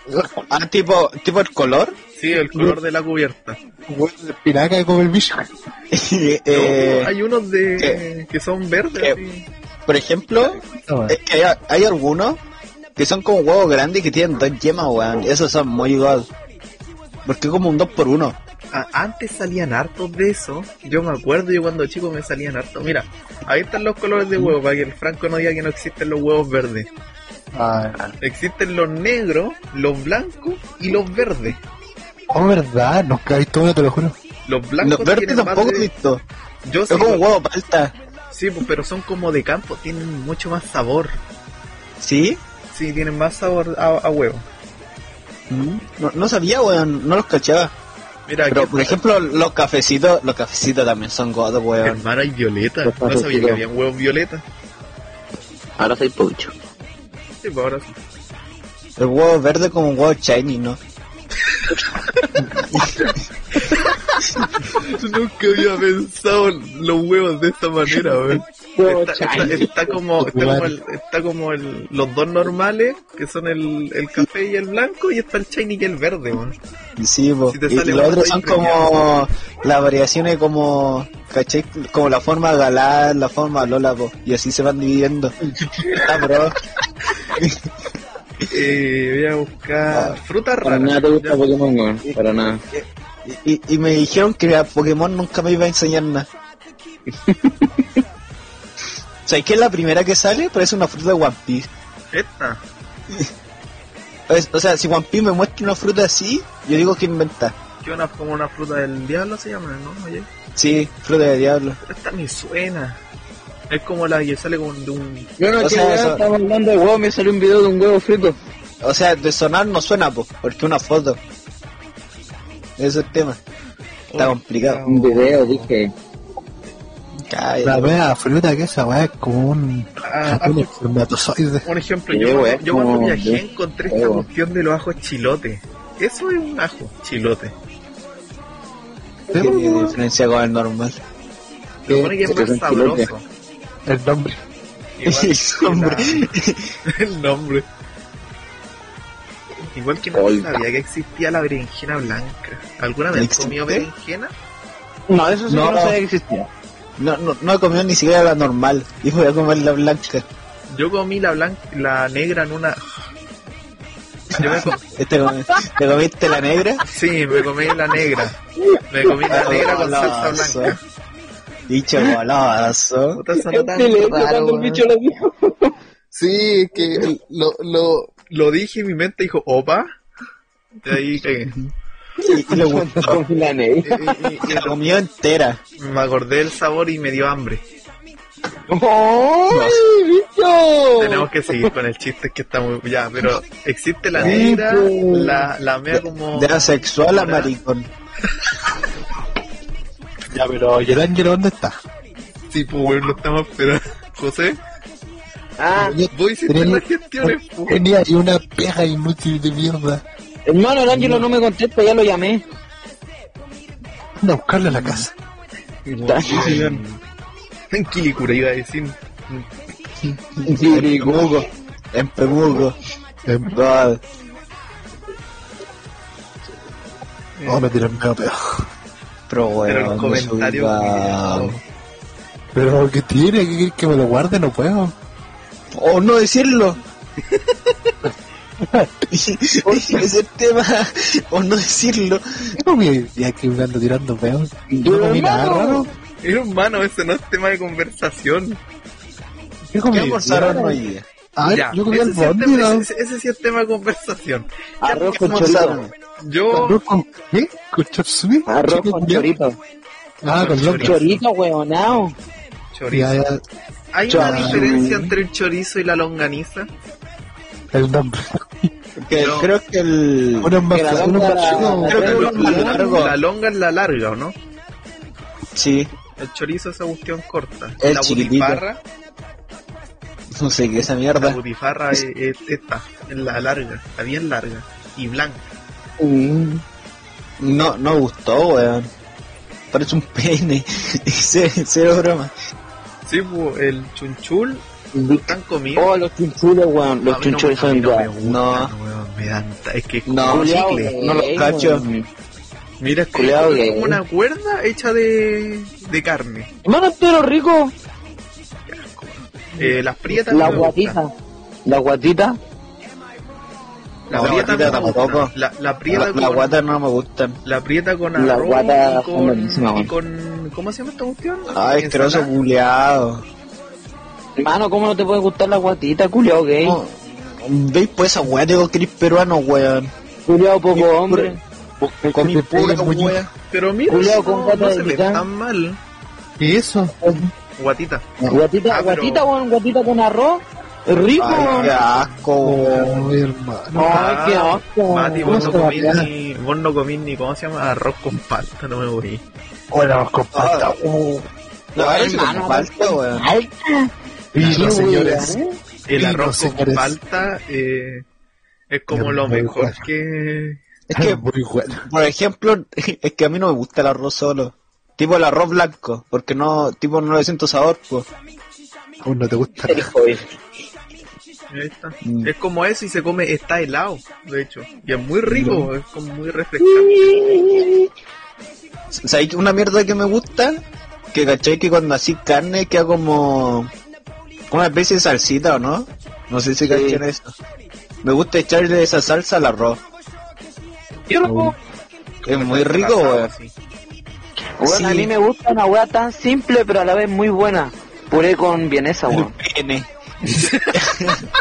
E: Ah, tipo, tipo el color. [laughs]
A: Sí, el color de la cubierta.
B: Huevo de espinaca como el bicho.
E: Eh,
A: No, hay unos de
E: ¿qué?
A: que son verdes.
E: ¿Qué?
A: así.
E: por ejemplo,
B: No,
E: Es que hay, hay algunos que son como huevos grandes que tienen dos yemas, weón. Esos son muy god. Porque es como un 2 por 1
A: A- Ah, antes salían hartos de eso. Yo me acuerdo, yo cuando chico me salían hartos. Mira, ahí están los colores de huevo, para que el Franco no diga que no existen los huevos verdes.
B: Ah,
A: Existen los negros, los blancos y los verdes.
B: oh, verdad, nunca he visto uno, te lo juro.
A: Los blancos
E: Los verdes
A: tienen más
E: tampoco
A: de-
E: he visto.
A: Yo
E: Es
A: sí,
E: como un
A: lo-
E: huevo palta.
A: sí, pues, pero son como de campo, tienen mucho más sabor.
E: ¿Sí?
A: Sí, tienen más sabor a, a huevo.
E: Mm. No, no sabía, weón. No los cachaba.
A: Mira,
E: Pero,
A: aquí-
E: por ejemplo, los cafecitos, los cafecitos también son god, weón.
A: hermano, hay violeta.
C: Los
A: No sabía
C: cafecitos.
A: que había huevos violeta.
C: ahora soy pocho.
A: Sí, pues ahora sí.
E: El huevo verde como un huevo shiny, ¿no?
A: Nunca había pensado los huevos de esta manera, weón. Está, está- está como, está como, el- está como el- los dos normales, que son el, el café y el blanco, y está el shiny que el verde, weón.
E: Sí, po.
A: Si te
E: y
A: sale
E: los
A: uno,
E: otros
A: te
E: son
A: premiado.
E: como las variaciones como, ¿cachai? Como la forma galán, la forma lola, po. Y así se
A: [laughs]
E: van dividiendo. ah, bro.
A: Eh, voy a buscar frutas
C: Para nada
A: raras.
C: te gusta Pokémon, weón. Para nada.
E: Y, y- y me dijeron que a Pokémon nunca me iba a
A: [laughs]
E: enseñar nada. ¿Sabes qué es la primera que sale? Parece una fruta de One Piece.
A: Esta.
E: Es- o sea, si One Piece me muestra una fruta así, yo digo que inventa.
A: Que una, como una fruta del diablo se llama, ¿no? Oye.
E: Sí, fruta de diablo.
A: Esta me suena. Es como la que sale con de un.
C: Yo no
E: O
C: tengo
E: sea,
C: nada,
E: eso-
C: estamos hablando de huevo, me salió un video de un huevo frito.
E: O sea, de sonar no suena, po, porque una foto. Ese es el tema.
A: Oh,
E: Está complicado.
C: Un video, dije.
E: Cállate.
B: La wea fruta que esa weá es como un.
A: Ah, ah,
B: un espermatozoide.
A: un ejemplo,
C: Sí,
A: yo,
C: güey,
A: cuando- yo cuando
C: como-
A: viajé encontré esta
C: Huevo.
A: cuestión de los ajos chilote. Eso es un ajo, chilote.
E: Tiene diferencia con el normal.
A: Se supone que es
C: Sí,
A: más
C: es un chilote.
A: sabroso.
B: El nombre.
A: Igual que
E: Hombre.
A: la- [laughs] el nombre. Igual que no
C: Olga.
A: sabía que existía la berenjena blanca. ¿Alguna vez
E: ¿Existe?
A: comió berenjena?
C: No, eso
E: sí que no sabía
C: que existía.
E: No, no, no he comido ni siquiera la normal. Y voy a comer la blanca.
A: Yo comí la blanca, la negra en una. Yo me com-
E: [laughs] Este com- ¿Te comiste la negra?
A: Sí, me comí la negra. Me comí la negra
E: Ah,
A: con salsa
E: Goloso.
A: blanca.
E: Bicho
A: [laughs]
E: goloso.
A: Puta, sonó tan raro,
C: cuando el
A: weón.
C: bicho lo dijo.
A: Sí, es que lo, lo, lo dije y mi mente dijo, opa. De ahí eh, cagué.
E: Y, y lo gustó.
C: Con la
A: Y- y-
E: Y la comió entera.
A: y me acordé del sabor y me dio hambre.
D: ¡Ay,
A: Tenemos que seguir con el chiste que está muy. Ya, pero existe la negra, la, la mea como.
E: De asexual a
A: Ahora-
E: maricón.
B: Ya, pero ¿y el ángel dónde está?
A: Sí, pues weón, lo estamos esperando. José,
D: Ah,
A: vos hiciste las gestiones, pues.
B: Tenía y una pega inútil de mierda.
D: hermano, el Ángelo no me contesta, ya lo llamé.
B: Anda a buscarla a la casa.
A: Tranquilicura, iba a decir.
E: Pemugo. En Pemugo.
B: Mm.
E: En God.
B: Oh, me tiró el medio pedo.
E: Pero bueno,
A: Pero el comentario. culiao.
B: Pero ¿qué tiene? ¿Que, que me lo guarde? No puedo.
E: O Oh, no decirlo. [laughs] Ese es el tema. O no decirlo.
B: ¿Qué comí? Ya que me ando tirando pedos. ¿No comí nada raro?
A: Hermano, eso no es tema de conversación.
B: ¿Qué
E: ¿Qué
B: comí?
E: almorzaron hoy día?
B: A ver,
A: Ya,
B: yo comí
A: ese sí es tema-
B: albóndigas.
A: ese- Ese sí es tema de conversación. Ya,
D: Arroz con
A: almorzaron?
D: chorizo.
A: Yo.
B: ¿Arroz con qué? ¿Con chopsui?
D: Arroz con chorizo.
B: Ah, con
A: Chorizo.
B: loco.
D: Chorito, huevonao.
A: Chorizo.
B: Ya, ya,
A: ¿Hay una
B: Chorizo.
A: diferencia entre el chorizo y la longaniza?
B: el nombre.
E: Que
A: No.
E: Creo que el.
B: Uno es más
D: Que
B: uno
D: la
B: es más
D: longa-
B: chico.
A: Creo que
D: Creo
A: lo-
D: que lo
A: la,
E: largo.
A: la longa es la larga, ¿o no?
E: Sí,
A: El chorizo es esa cuestión corta.
E: El
A: la
E: chiquitito.
A: butifarra,
E: no sé qué esa
A: la
E: mierda.
A: butifarra es, es esta, es la larga, está bien larga y blanca.
E: Mm. No, no gustó, weón. Parece un pene. [laughs] Cero cero broma.
A: Sí, pues, el chunchul, ¿están comidos?
D: Oh, los chunchules, weón. Los
A: A mí no me-
D: chunchules
A: a mí
D: son
A: no me
D: igual.
A: gustan,
E: No.
A: weón, me dan, ta- es que es
E: No,
A: como chicle.
C: eh,
E: no los cacho.
A: Mira, es como
D: Culeado gay.
A: como una cuerda hecha de, de carne.
D: Hermano, pero rico.
A: Eh, las prietas
D: La
A: no me gustan.
D: guatita. La guatita.
A: La
E: No,
A: prieta
E: guatita
A: no me gusta.
E: tampoco.
A: La, la prieta
E: La, la
A: con-
E: guata no me gustan.
A: La prieta con
D: La
A: arroz
D: guata
A: y con,
D: está buenísima,
A: y
D: weón.
A: con... ¿Cómo se llama esta cuestión?
E: Ay,
A: Ensalada.
E: Ah, asqueroso buleado.
D: Hermano, ¿cómo no te puede gustar la guatita, culiao gay?
E: No, ¿Veis pues esa weá de gris peruano, weón?
D: Culiao poco hombre.
E: Comí
B: Te pega
E: pura
B: el muñeco.
E: weá.
A: Pero mira,
D: Culeado
A: no,
D: con guata
A: no
D: de
A: se ve
D: titán.
A: tan mal.
B: ¿Y eso?
A: Guatita.
D: Guatita,
A: Ah, pero-
D: guatita, weón. Guatita con arroz. Rico,
E: Ay,
D: weón.
E: qué asco, weón.
B: Oh, mi hermano.
D: Ay, qué
A: Ah,
D: asco.
A: Mati,
B: ¿Cómo
A: vos
B: se
A: no
B: te va a
A: comís
B: pegar?
A: ni... Vos no comís ni... ¿Cómo se llama? Arroz con palta, no me voy.
B: Hola, los compartas.
E: No,
D: Ay,
E: parece como
D: hermano,
E: falta, weón.
D: Ay,
B: Y
A: Sí,
B: los
D: weón,
B: señores.
D: ¿eh?
A: El
B: Sí,
A: arroz
B: no,
A: con
B: señores.
A: palta eh, es como
B: Es
A: lo
B: muy
A: mejor
B: bueno.
A: que...
E: Es que,
B: muy bueno.
E: por ejemplo, [laughs] es que a mí no me gusta el arroz solo. Tipo el arroz blanco, porque no, tipo no le siento sabor, pues.
B: Aún no te gusta. nada.
A: Ahí está.
E: Mm.
A: Es como eso y se come... Está helado, de hecho. Y es muy rico, es como muy refrescante.
E: ¿Sabéis una mierda que me gusta? Que caché que cuando así carne queda como. como una especie de salsita, ¿o no? No sé si cachan eso. Me gusta echarle esa salsa al arroz. Es muy rico, eh. weón.
A: Sí.
D: Weón, a
E: Sí.
D: mí me gusta una weá tan simple, pero a la vez muy buena. Puré con vienesa, weón.
E: Pene.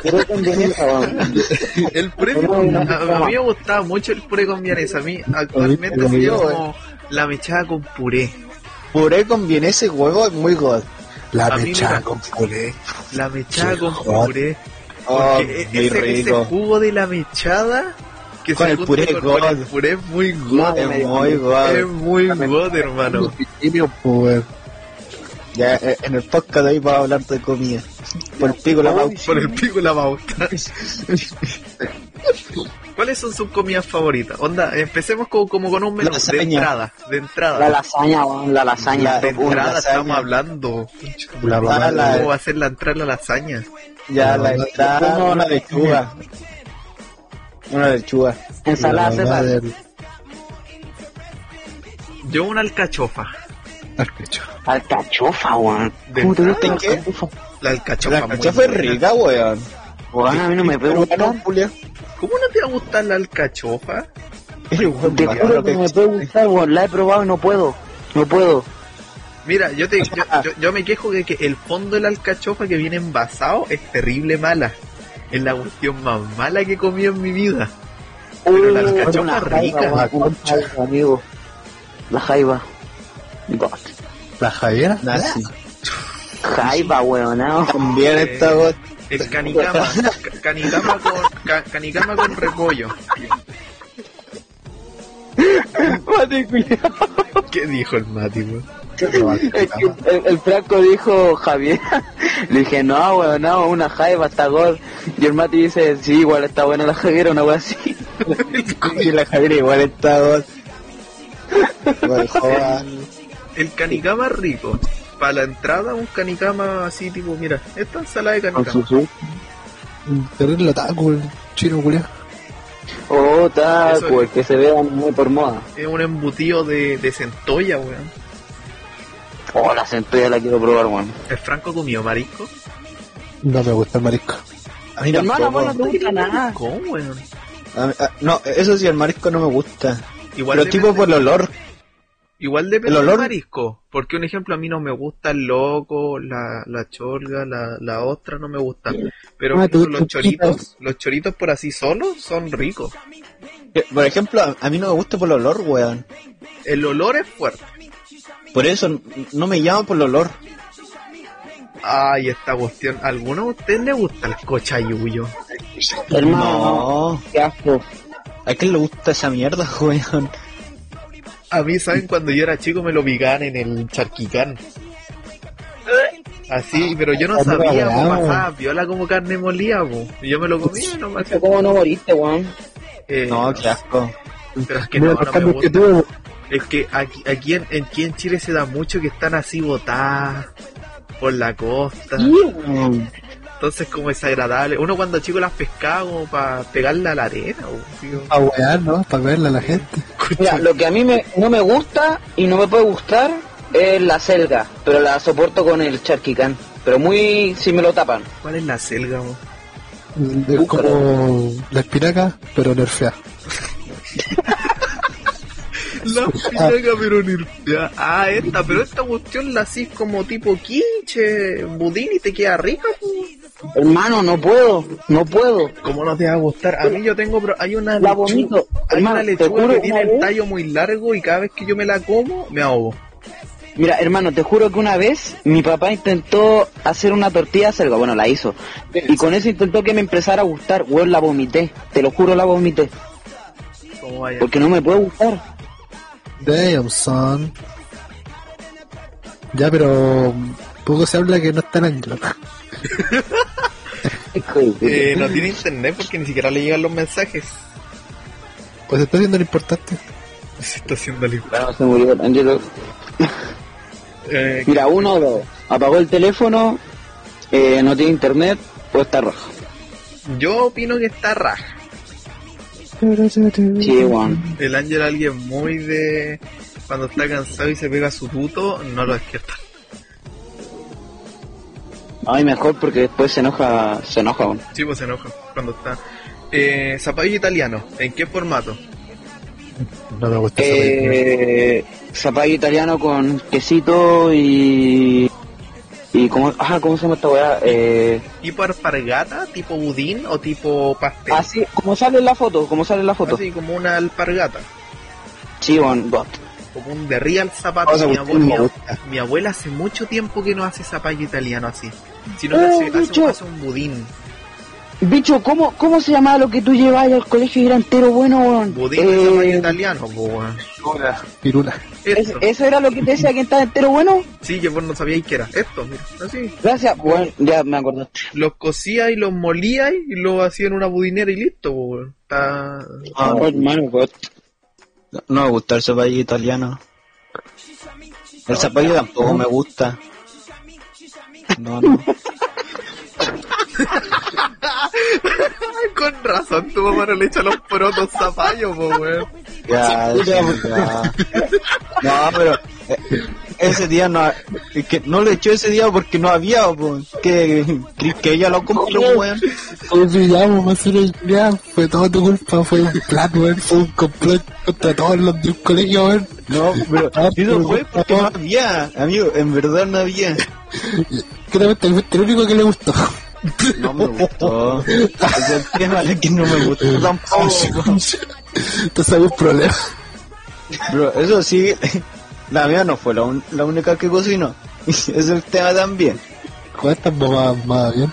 D: Puré con vienesa, weón.
A: El puré,
D: Pero,
A: a, a mí me gustaba mucho el puré con vienesa. A mí actualmente
B: Pero,
A: sería
E: pero,
A: como la mechada con puré.
E: Puré con bien ese huevo es muy god.
B: La
A: A mí,
B: mecha
A: mira.
B: con puré.
A: La mechada
B: Qué
A: con
B: hot.
A: puré.
E: Oh,
A: Porque e-
E: muy
A: ese, ese
E: rico.
A: jugo de la mechada que
E: Con
A: se
E: el
A: junta
E: puré
A: con,
E: God.
A: con el puré es muy god.
D: Madre
E: Es
D: mía.
E: muy
A: Es
E: god.
A: muy god, hermano.
B: Genio, pues.
E: Ya, eh, en el podcast de ahí va a hablar de comida. Por el pico la pauta.
A: Por el pico y la bauta. [laughs] ¿Cuáles son sus comidas favoritas? Onda, empecemos como, como con un menú de
E: Lasaña.
A: entrada. De
D: La
A: entrada.
D: lasaña, weón. La lasaña.
A: De entrada
E: lasaña.
A: estamos hablando.
B: La mamá.
E: la-
A: ¿Cómo va a ser la entrada la lasaña?
E: Ya,
B: No,
E: la
B: no,
E: entrada,
D: no, no,
E: una
D: no,
E: lechuga. Una lechuga.
D: Ensalada
B: la mamá
D: César.
B: del
A: Yo una alcachofa.
B: arquecho.
D: Alcachofa, weón.
A: De
D: ¿Cómo te gusta
A: entrada.
D: la alcachofa?
A: La alcachofa.
E: La
A: muy
E: cachafa es
A: buena.
E: rica, weón.
D: Weón, a mí no me puede
E: Peruano,
D: gustar.
E: Julia.
A: ¿Cómo no te va a gustar la alcachofa?
E: El huevo,
D: Te
E: claro
D: juro que
E: que
D: no me puede gustar, weón. La he probado y no puedo. No puedo.
A: Mira, yo te, yo, yo- yo me quejo de que el fondo de la alcachofa que viene envasado es terrible mala. Es la cuestión más mala que he comido en mi vida. Pero la
D: Uh,
A: alcachofa
D: una
A: es rica,
D: jaiba,
B: la
D: weón,
B: concha.
D: una jaiba, amigo. La jaiba. God.
B: La Javiera.
E: Nazi.
C: jaiba, weonado.
E: También [laughs] esta weón.
A: El Eh, canicama. ca- canicama con, ca- canicama con repollo.
C: Mate, culiao.
A: ¿Qué dijo el Mati, weón?
E: Eh.
C: Es que el, el Franco dijo Javier. [laughs] Le dije, no, weón, no, una jaiba está gol. Y el Mati dice, sí, igual está buena la Javier, una wea
E: [laughs]
C: así.
E: Y la Javier igual está weón.
C: [laughs]
E: Weón, joda.
A: El canicama rico. Para la entrada, un canicama así, tipo, mira, esta ensalada de
C: Con su
A: canicama.
C: su.
B: Terrible otaku, el chino culiao.
C: Oh,
A: Eso
C: taco,
A: es.
D: pues,
C: el que se vea muy por moda.
A: Es un embutido de, de centolla, weón.
C: Oh, la centella la quiero probar, weón.
A: El Franco comió marisco.
B: No me gusta el marisco.
E: A mí
C: Hermano,
E: tampoco.
C: vos no te gusta nada.
A: ¿Cómo, weón?
E: A mí- a- no, eso sí, el marisco no me gusta.
A: Igual
E: Pero tipo
A: depende-
E: por el olor.
A: Igual depende
E: ¿El olor?
A: del marisco. Porque un ejemplo, a mí no me gusta el loco, la, la cholga, la, la ostra no me gusta. Pero
B: Ah,
A: por ejemplo,
B: tú-
A: los
B: tú
A: choritos, los choritos por así solos son ricos.
E: Eh, Por ejemplo, a, a mí no me gusta por el olor, weón.
A: El olor es fuerte.
E: Por eso n- no me llama por el olor.
A: Ay, esta cuestión. ¿A alguno de ustedes le gusta el cochayuyo?
C: Hermano,
E: No.
C: qué asco.
E: ¿A quién le gusta esa mierda, [laughs] weón?
A: A mí, ¿saben? Cuando yo era chico me lo picaban en el charquicán. Así, pero yo no
B: Ah, mira,
A: sabía, po,
B: weón.
A: pasaba viola como carne molía, po. Y yo me lo comía, no más.
C: ¿Cómo no moriste, weón?
A: Eh,
E: No, qué asco.
A: pero es que
B: Mira
A: no,
B: los
A: no me
B: cambios que
A: gusta.
B: tuvo.
A: Es que aquí, aquí, en, en- aquí en Chile se da mucho que están así botadas por la costa. Entonces como es agradable. Uno cuando chico las pescaba como para pegarla a la arena. o, tío.
B: A wear, ¿no? Para verla a la gente.
C: Mira, lo que a mí me, no me gusta y no me puede gustar es la selga, pero la soporto con el charquicán. Pero muy si me lo tapan.
A: ¿Cuál es la selga? mo?
B: Es como la espinaca, pero nerfea.
A: [laughs] La piraca pero nerfeada. Ah, esta, pero esta cuestión la así como tipo quinche, budín y te queda rica. po.
C: Hermano, no puedo, no puedo.
A: ¿Cómo no te va a gustar? A mí yo tengo, pro- hay una
C: La
A: lechuga-
C: vomito.
A: hay
C: Hermano,
A: una
C: te
A: lechuga
C: juro,
A: que tiene
C: una
A: el
C: vez-
A: tallo muy largo y cada vez que yo me la como, me ahogo.
C: Mira, hermano, te juro que una vez mi papá intentó hacer una tortilla de selga, bueno, la hizo. Y con eso intentó que me empezara a gustar. Weón, la vomité, te lo juro, la vomité.
A: ¿Cómo vaya?
C: Porque no me puede gustar.
B: Damn, son. Ya, pero poco se habla que no está en Anglo. [laughs]
A: Eh, no tiene internet porque ni siquiera le llegan los mensajes. [laughs]
B: Pues está haciendo lo importante.
A: Se está haciendo limpio.
C: Bueno, Ah, se murió Angelo.
A: Eh,
C: Mira, uno o dos. Apagó el teléfono, eh, no tiene internet o está rojo.
A: yo opino que está raja.
C: Sí, weón.
A: El Ángel alguien muy de... Cuando está cansado y se pega su puto, no lo despierta.
C: Ay, mejor porque después se enoja, se enoja, weón.
A: Chivo pues se enoja cuando está... Eh, zapallo italiano, ¿en qué formato?
B: No me gusta esa película.
C: Eh, zapallo italiano con quesito y... y ¿cómo, ah, ¿cómo se llama esta weá? Eh,
A: ¿Tipo alpargata, tipo budín o tipo pastel?
C: así, como sale en la foto, como sale en la Ah, foto.
A: Así como una alpargata,
C: Sí, weón, got.
A: como un de real zapato.
E: O sea,
A: mi,
E: Agustín, me
A: abuela,
E: gusta.
A: mi abuela hace mucho tiempo que no hace zapallo italiano así. Sino que hace,
C: Oh,
A: hace-
C: yo-
A: hace un budín.
C: Bicho, ¿cómo, ¿cómo se llamaba lo que tú llevabas al colegio y era entero bueno, weón?
A: Budín de
C: Eh,
A: zapallo italiano, po, weón.
B: Pirula.
A: Esto.
C: ¿es- ¿Eso era lo que te decía que estaba entero bueno?
A: Sí, que vos no sabíais que era. Esto, mira, así.
C: Gracias, bueno, ya me acordaste.
A: Los cocía y los molía y los hacía en una budinera y listo, po, weón. Está-
E: Ah,
C: Oh, hermano, God.
E: No me gusta el zapallo italiano. El zapallo tampoco me gusta. No, no.
C: [laughs]
A: Ay, Con razón, tu mamá no le echa los porotos zapallos, po, weón.
E: Ya, ya. No, pero eh, ese día no, es que no lo echó ese día porque no había, po. que que- que ella lo compró, weón.
B: Olvidamos, más una idea. Fue toda tu culpa. Fue un plan, weón. Fue un complot contra todos los del colegio, weón.
E: No, pero
B: Ah,
E: eso
B: pero-
E: fue porque no había, amigo, en verdad no había.
B: Claramente fuiste el único que le gustó.
E: No me gustó. Ese es el tema es que no me gustó tampoco. po.
B: Entonces hay un problema.
E: Bro, eso [laughs] sí, la mía no fue la, un- la única que cocinó. Ese Es el tema también.
B: ¿Cuántas bombas más bien?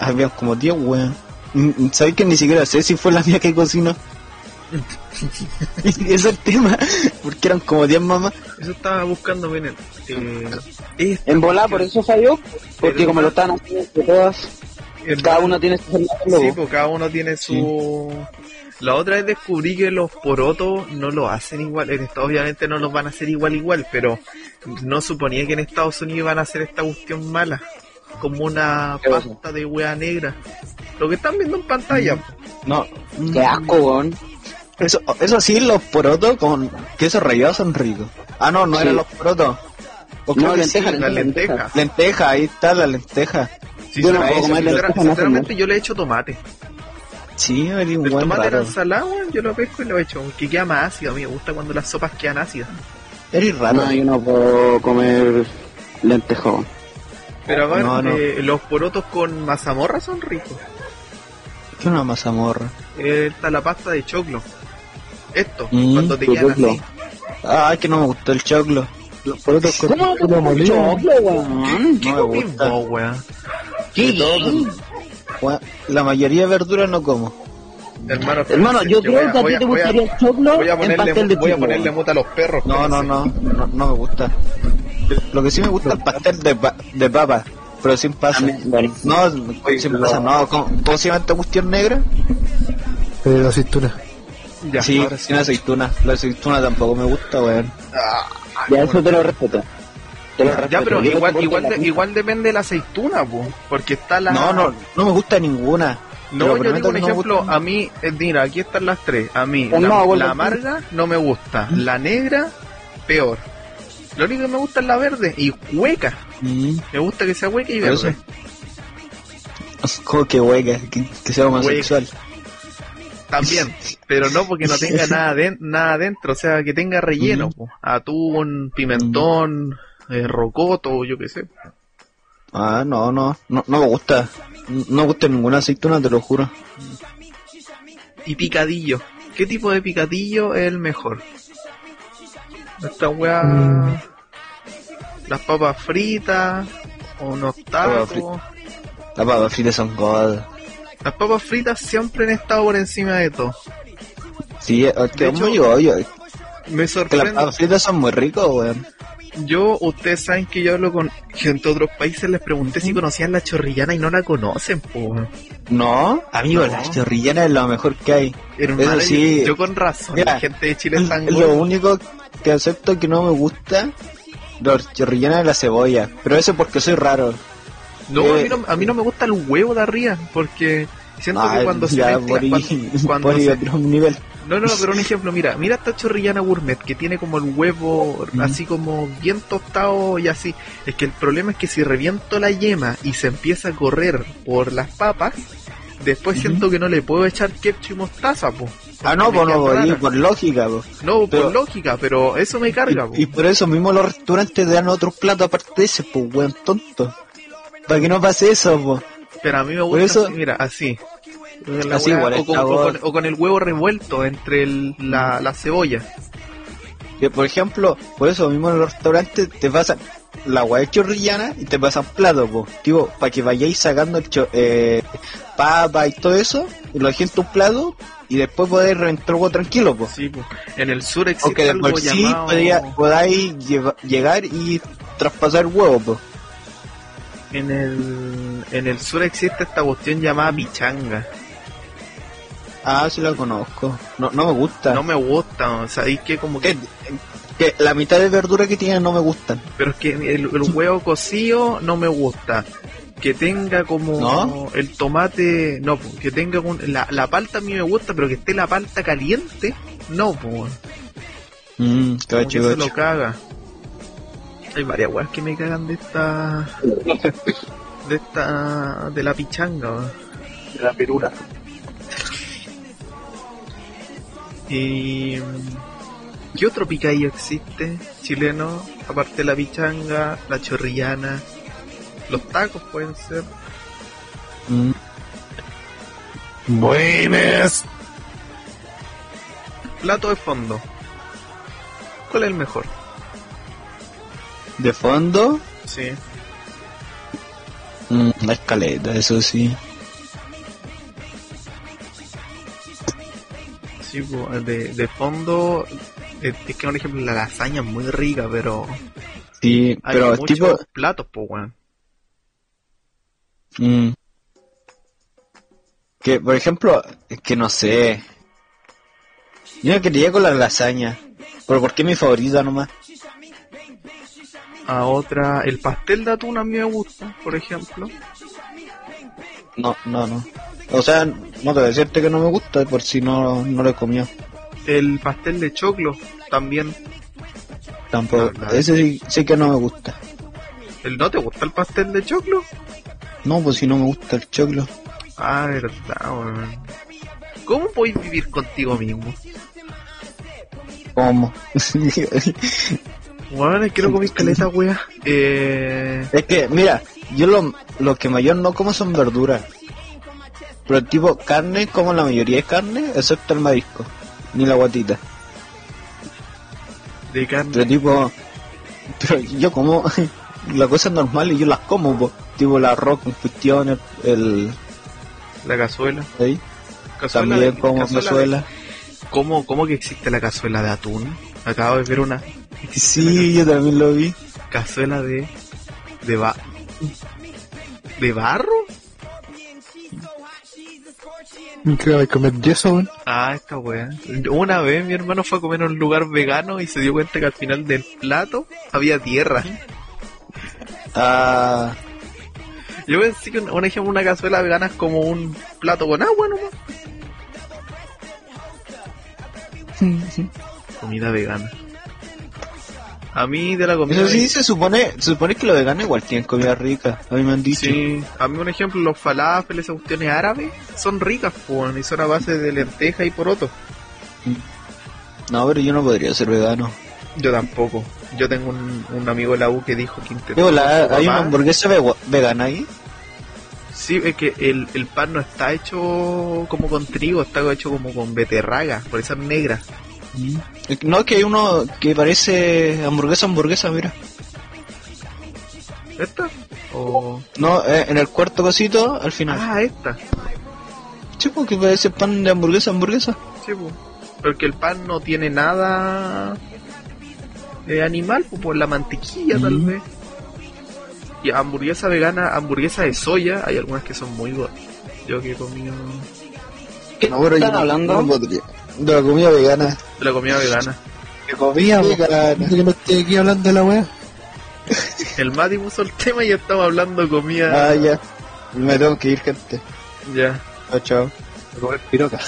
E: Había como 10, weón. Mm, ¿Sabes que ni siquiera sé si fue la mía que [laughs] cocinó? Ese es el tema, porque eran como 10 mamás.
A: Eso estaba buscando, miren. Eh,
C: En volar, por eso falló, porque
A: Pero-
C: como lo están haciendo entre todas,
A: en-
C: cada una tiene su celular,
A: Sí,
C: loco.
A: pues cada uno tiene su... La otra vez descubrí que los porotos no lo hacen igual. En Estados obviamente no los van a hacer igual igual, pero no suponía que en Estados Unidos iban a hacer esta cuestión mala. Como una
C: ¿Qué cosa?
A: pasta de hueá negra. Lo que están viendo en pantalla.
C: Mm.
E: No,
C: Qué asco, weón.
E: eso, eso sí, los porotos con queso rallado son ricos. Ah, no, no
C: Sí.
E: eran los porotos. O creo
C: No,
E: que sí,
C: lenteja,
A: pues, la
C: lenteja,
A: lenteja.
C: lenteja.
E: lenteja, ahí está la lenteja.
A: Sí,
C: Yo
A: se
C: no puedo
A: parece.
C: comer
A: Sincer-
C: lentejas, no
A: sinceramente yo le he hecho tomate.
E: Sí, era un
A: El
E: buen
A: tomate era
E: raro.
A: ensalada, weón, yo lo pesco y lo echo. Aunque queda más ácido, a mí me gusta cuando las sopas quedan ácidas.
E: Era raro.
C: No, yo no puedo comer lentejón.
A: Pero a ver,
E: No, no.
A: eh, los porotos con mazamorra son ricos.
E: ¿Qué una mazamorra?
A: Eh, Está la pasta de choclo. Esto,
E: Mm,
A: cuando te
C: de
A: quedan
C: choclo.
A: así.
E: Ah, que no me gustó el choclo. Los porotos con
C: ¿Cómo
B: Choclo molido.
C: Choclo, weón.
A: ¿Qué
E: No me
A: comís
E: gusta.
A: vos, weón?
C: ¿Qué?
E: Bueno, La mayoría de verduras no como.
A: Hermano,
C: Hermano, yo
A: te voy
C: creo que a
A: voy
C: ti te
A: voy a-
C: gustaría el choclo
A: Voy a
C: en
A: ponerle,
C: pastel de
A: voy a
C: choclo.
A: ponerle
C: weón.
A: muta a los perros.
E: No, no,
A: espérense.
E: no, no, no me gusta. Lo que sí me gusta es el pastel de, pa- de papa, pero sin pasa.
C: También, buenísimo.
E: No, sin pasa, no. ¿Cómo, cómo se llama esta cuestión negra?
B: Pero aceituna.
A: Ya,
E: sí,
A: ahora sí.
E: sin aceituna. La aceituna tampoco me gusta, weón.
A: Ah,
C: Ya, eso te lo respeto. Te lo
A: ya,
C: respeto.
A: pero
C: Yo te
A: igual,
C: porto
A: igual,
C: la
A: de-
C: pinta.
A: igual depende de la aceituna, po, porque está la...
E: No, no, no me gusta ninguna. Te lo
A: No, yo
E: prometo
A: digo un
E: que no me
A: ejemplo,
E: gusta.
A: a mí, eh, mira, aquí están las tres. A mí,
C: Pues
A: la,
C: no, pues. vuelve
A: la
C: al
A: amarga no me gusta, la negra, peor. Lo único que me gusta es la verde y hueca.
E: Mm,
A: Me gusta que sea hueca y
E: Pero eso
A: verde.
E: como que hueca, que, que sea homosexual.
A: También, pero no porque no tenga nada, de, nada adentro, o sea, que tenga relleno.
E: Mm.
A: po. Atún, pimentón, eh, rocoto, yo qué sé.
E: Ah, no, no, no, no me gusta. No me gusta ninguna aceituna, te lo juro.
A: Y picadillo. ¿Qué tipo de picadillo es el mejor? Esta weá... Las papas fritas, unos
E: Papas
A: tacos...
E: Las papas fritas son god.
A: Las papas fritas siempre han estado por encima de todo.
E: Sí, eh, que
A: De
E: es
A: hecho,
E: muy obvio. es
A: Me
E: Que las
A: sorprende.
E: papas fritas son muy ricos, weón.
A: Yo, ustedes saben que yo hablo con gente de otros países, les pregunté si conocían la chorrillana y no la conocen, po.
E: No, amigo,
A: No.
E: las chorrillanas es lo mejor que hay.
A: Hermano,
E: Eso sí.
A: yo, yo con razón,
E: Mira,
A: la gente de Chile es tan
E: Lo único que acepto que no me gusta, las chorrillanas de la cebolla. Pero eso porque soy raro.
A: No, a, mí
E: eh,
A: no a mí no me gusta el huevo de arriba, porque siento
E: Ah,
A: que cuando se
E: ya,
A: mezcla,
E: morí-
A: cuando,
E: [laughs]
A: cuando
E: morí
A: se-
E: a otro nivel.
A: No, no, pero un ejemplo, mira, mira esta chorrillana gourmet que tiene como el huevo
E: Mm.
A: así como bien tostado y así. Es que el problema es que si reviento la yema y se empieza a correr por las papas, después
E: Ujú.
A: siento que no le puedo echar ketchup y mostaza, po.
E: Ah, no,
A: me
E: pues no,
A: quedan
E: morí,
A: raras.
E: por lógica, po.
A: No,
E: Pero-
A: por lógica, pero eso me carga, po.
E: Y, y por eso mismo los restaurantes dan otros platos aparte de ese, pues, weón, tonto. Para que no pase eso, po.
A: Pero a mí me
E: por
A: gusta,
E: eso-
A: así, mira, así. La
E: Así
A: hueá,
E: igual
A: o,
E: está
A: con, o
E: bueno.
A: con- o con el huevo revuelto entre el- la,
E: Mm.
A: la cebolla.
E: Que, por ejemplo, por eso mismo en los restaurantes te pasan la hueá chorrillana y te pasan platos, po. Tipo, para que vayáis sacando el cho- eh, papa y todo eso, y lo dejéis en tu plato y después podéis reventar huevo tranquilo, po.
A: Sí, po. En el sur
E: O
A: existe
E: que
A: algo
E: después sí
A: llamado...
E: podía- podáis lleva- llegar y traspasar huevo, po.
A: En el, en el sur existe esta cuestión
E: Mm.
A: llamada pichanga.
E: Ah, sí la conozco. No, no me gusta.
A: No me gusta, o sea, y que como que...
E: que, que la mitad de verdura que tienen no me gustan.
A: Pero es que el, el huevo cocido no me gusta. Que tenga como
E: ¿No?
A: el tomate... No, po, que tenga un- la, la palta a mí me gusta, pero que esté la palta caliente, no, pues.
E: Mmm,
A: Como que
E: cacho,
A: se lo caga. Hay varias weas que me cagan de esta... De esta... De la pichanga, weón.
D: La pirula.
A: Y mm, ¿qué otro picadillo existe chileno? Aparte de la pichanga, la chorrillana, los tacos pueden ser.
E: Mm.
B: Buenas.
A: Plato de fondo. ¿Cuál es el mejor?
E: De fondo,
A: Sí.
E: Mm, la escaleta, eso sí.
A: Sí, po, de, de fondo, eh, es que, por ejemplo, la lasaña es muy rica, pero
E: Sí,
A: hay
E: pero
A: muchos
E: tipo...
A: platos, pues, weón.
E: mm, que, por ejemplo, es que no sé. Yo no quería con la lasaña. Pero porque es mi favorita nomás.
A: A otra, el pastel de atún a mí me gusta, por ejemplo.
E: No, no, no. O sea, no te voy a decirte que no me gusta por si no, no lo he comido.
A: El pastel de choclo, también.
E: Tampoco.
A: No, no.
E: Ese sí, sí que no me gusta.
A: ¿El no te gusta el pastel de choclo?
E: No, pues si no me gusta el [laughs] choclo.
A: Ah, verdad, weón. ¿Cómo podéis vivir contigo mismo?
E: ¿Cómo?
A: Weón, es que no comís caleta, weá. Eh,
E: Es que, mira, yo lo, lo que mayor no como son verduras. Pero tipo carne, como la mayoría de carne, excepto el marisco, ni la guatita.
A: de carne.
E: Pero tipo, pero yo como [laughs] las cosas normales, yo las como, po. tipo el arroz con cuestiones, el...
A: La cazuela.
E: ahí,
A: cazuela
E: También
A: de-
E: como
A: cazuela de-
E: cazuela.
A: ¿Cómo, ¿Cómo que existe la cazuela de atún? Acabo de ver una
E: Sí, yo también lo vi.
A: cazuela de... de ba... ¿De barro?
B: ¿Qué voy a comer yeso, weón?
A: Ah, esta weá. Una vez mi hermano fue a comer a un lugar vegano y se dio cuenta que al final del plato había tierra.
E: Ah,
A: Yo pensé que, un ejemplo, una cazuela vegana es como un plato con agua nomás. Comida vegana. A mí de la comida...
E: eso sí,
A: ve-
E: se supone, se supone que los veganos igual tienen comida rica, a mí me han dicho.
A: Sí, a mí un ejemplo, los falafeles, esas cuestiones árabes, son ricas, pues, y son a base de lenteja y poroto.
E: No, pero yo no podría ser vegano.
A: Yo tampoco. Yo tengo un, un amigo de la U que dijo que intentó...
E: Digo, la-
A: su
E: hay una
A: papá-
E: hamburguesa vego- vegana ahí.
A: Sí, es que el, el pan no está hecho como con trigo, está hecho como con beterraga, por eso es negra.
E: Eh, No, es que hay uno que parece hamburguesa, hamburguesa, mira.
A: ¿Esta? O...
E: No, eh, en el cuarto cosito, al final.
A: Ah, esta.
E: Sí, porque parece pan de hamburguesa, hamburguesa.
A: Sí, po. Porque el pan no tiene nada eh, animal, po, por la mantequilla tal
E: Mm.
A: vez. Y hamburguesa vegana, hamburguesa de soya, hay algunas que son muy buenas. Yo que he comido
E: ¿Qué
D: No, pero yo
E: están
D: no-
E: hablando?
D: no podría.
E: De la comida vegana.
A: de la comida vegana.
E: De comida vegana.
B: Yo no estoy aquí hablando de la weá.
A: El Mati puso el tema y ya estaba hablando de comida.
E: Ah, ya. Me tengo que ir, gente.
A: Ya,
E: Chao, chao. A comer piroca.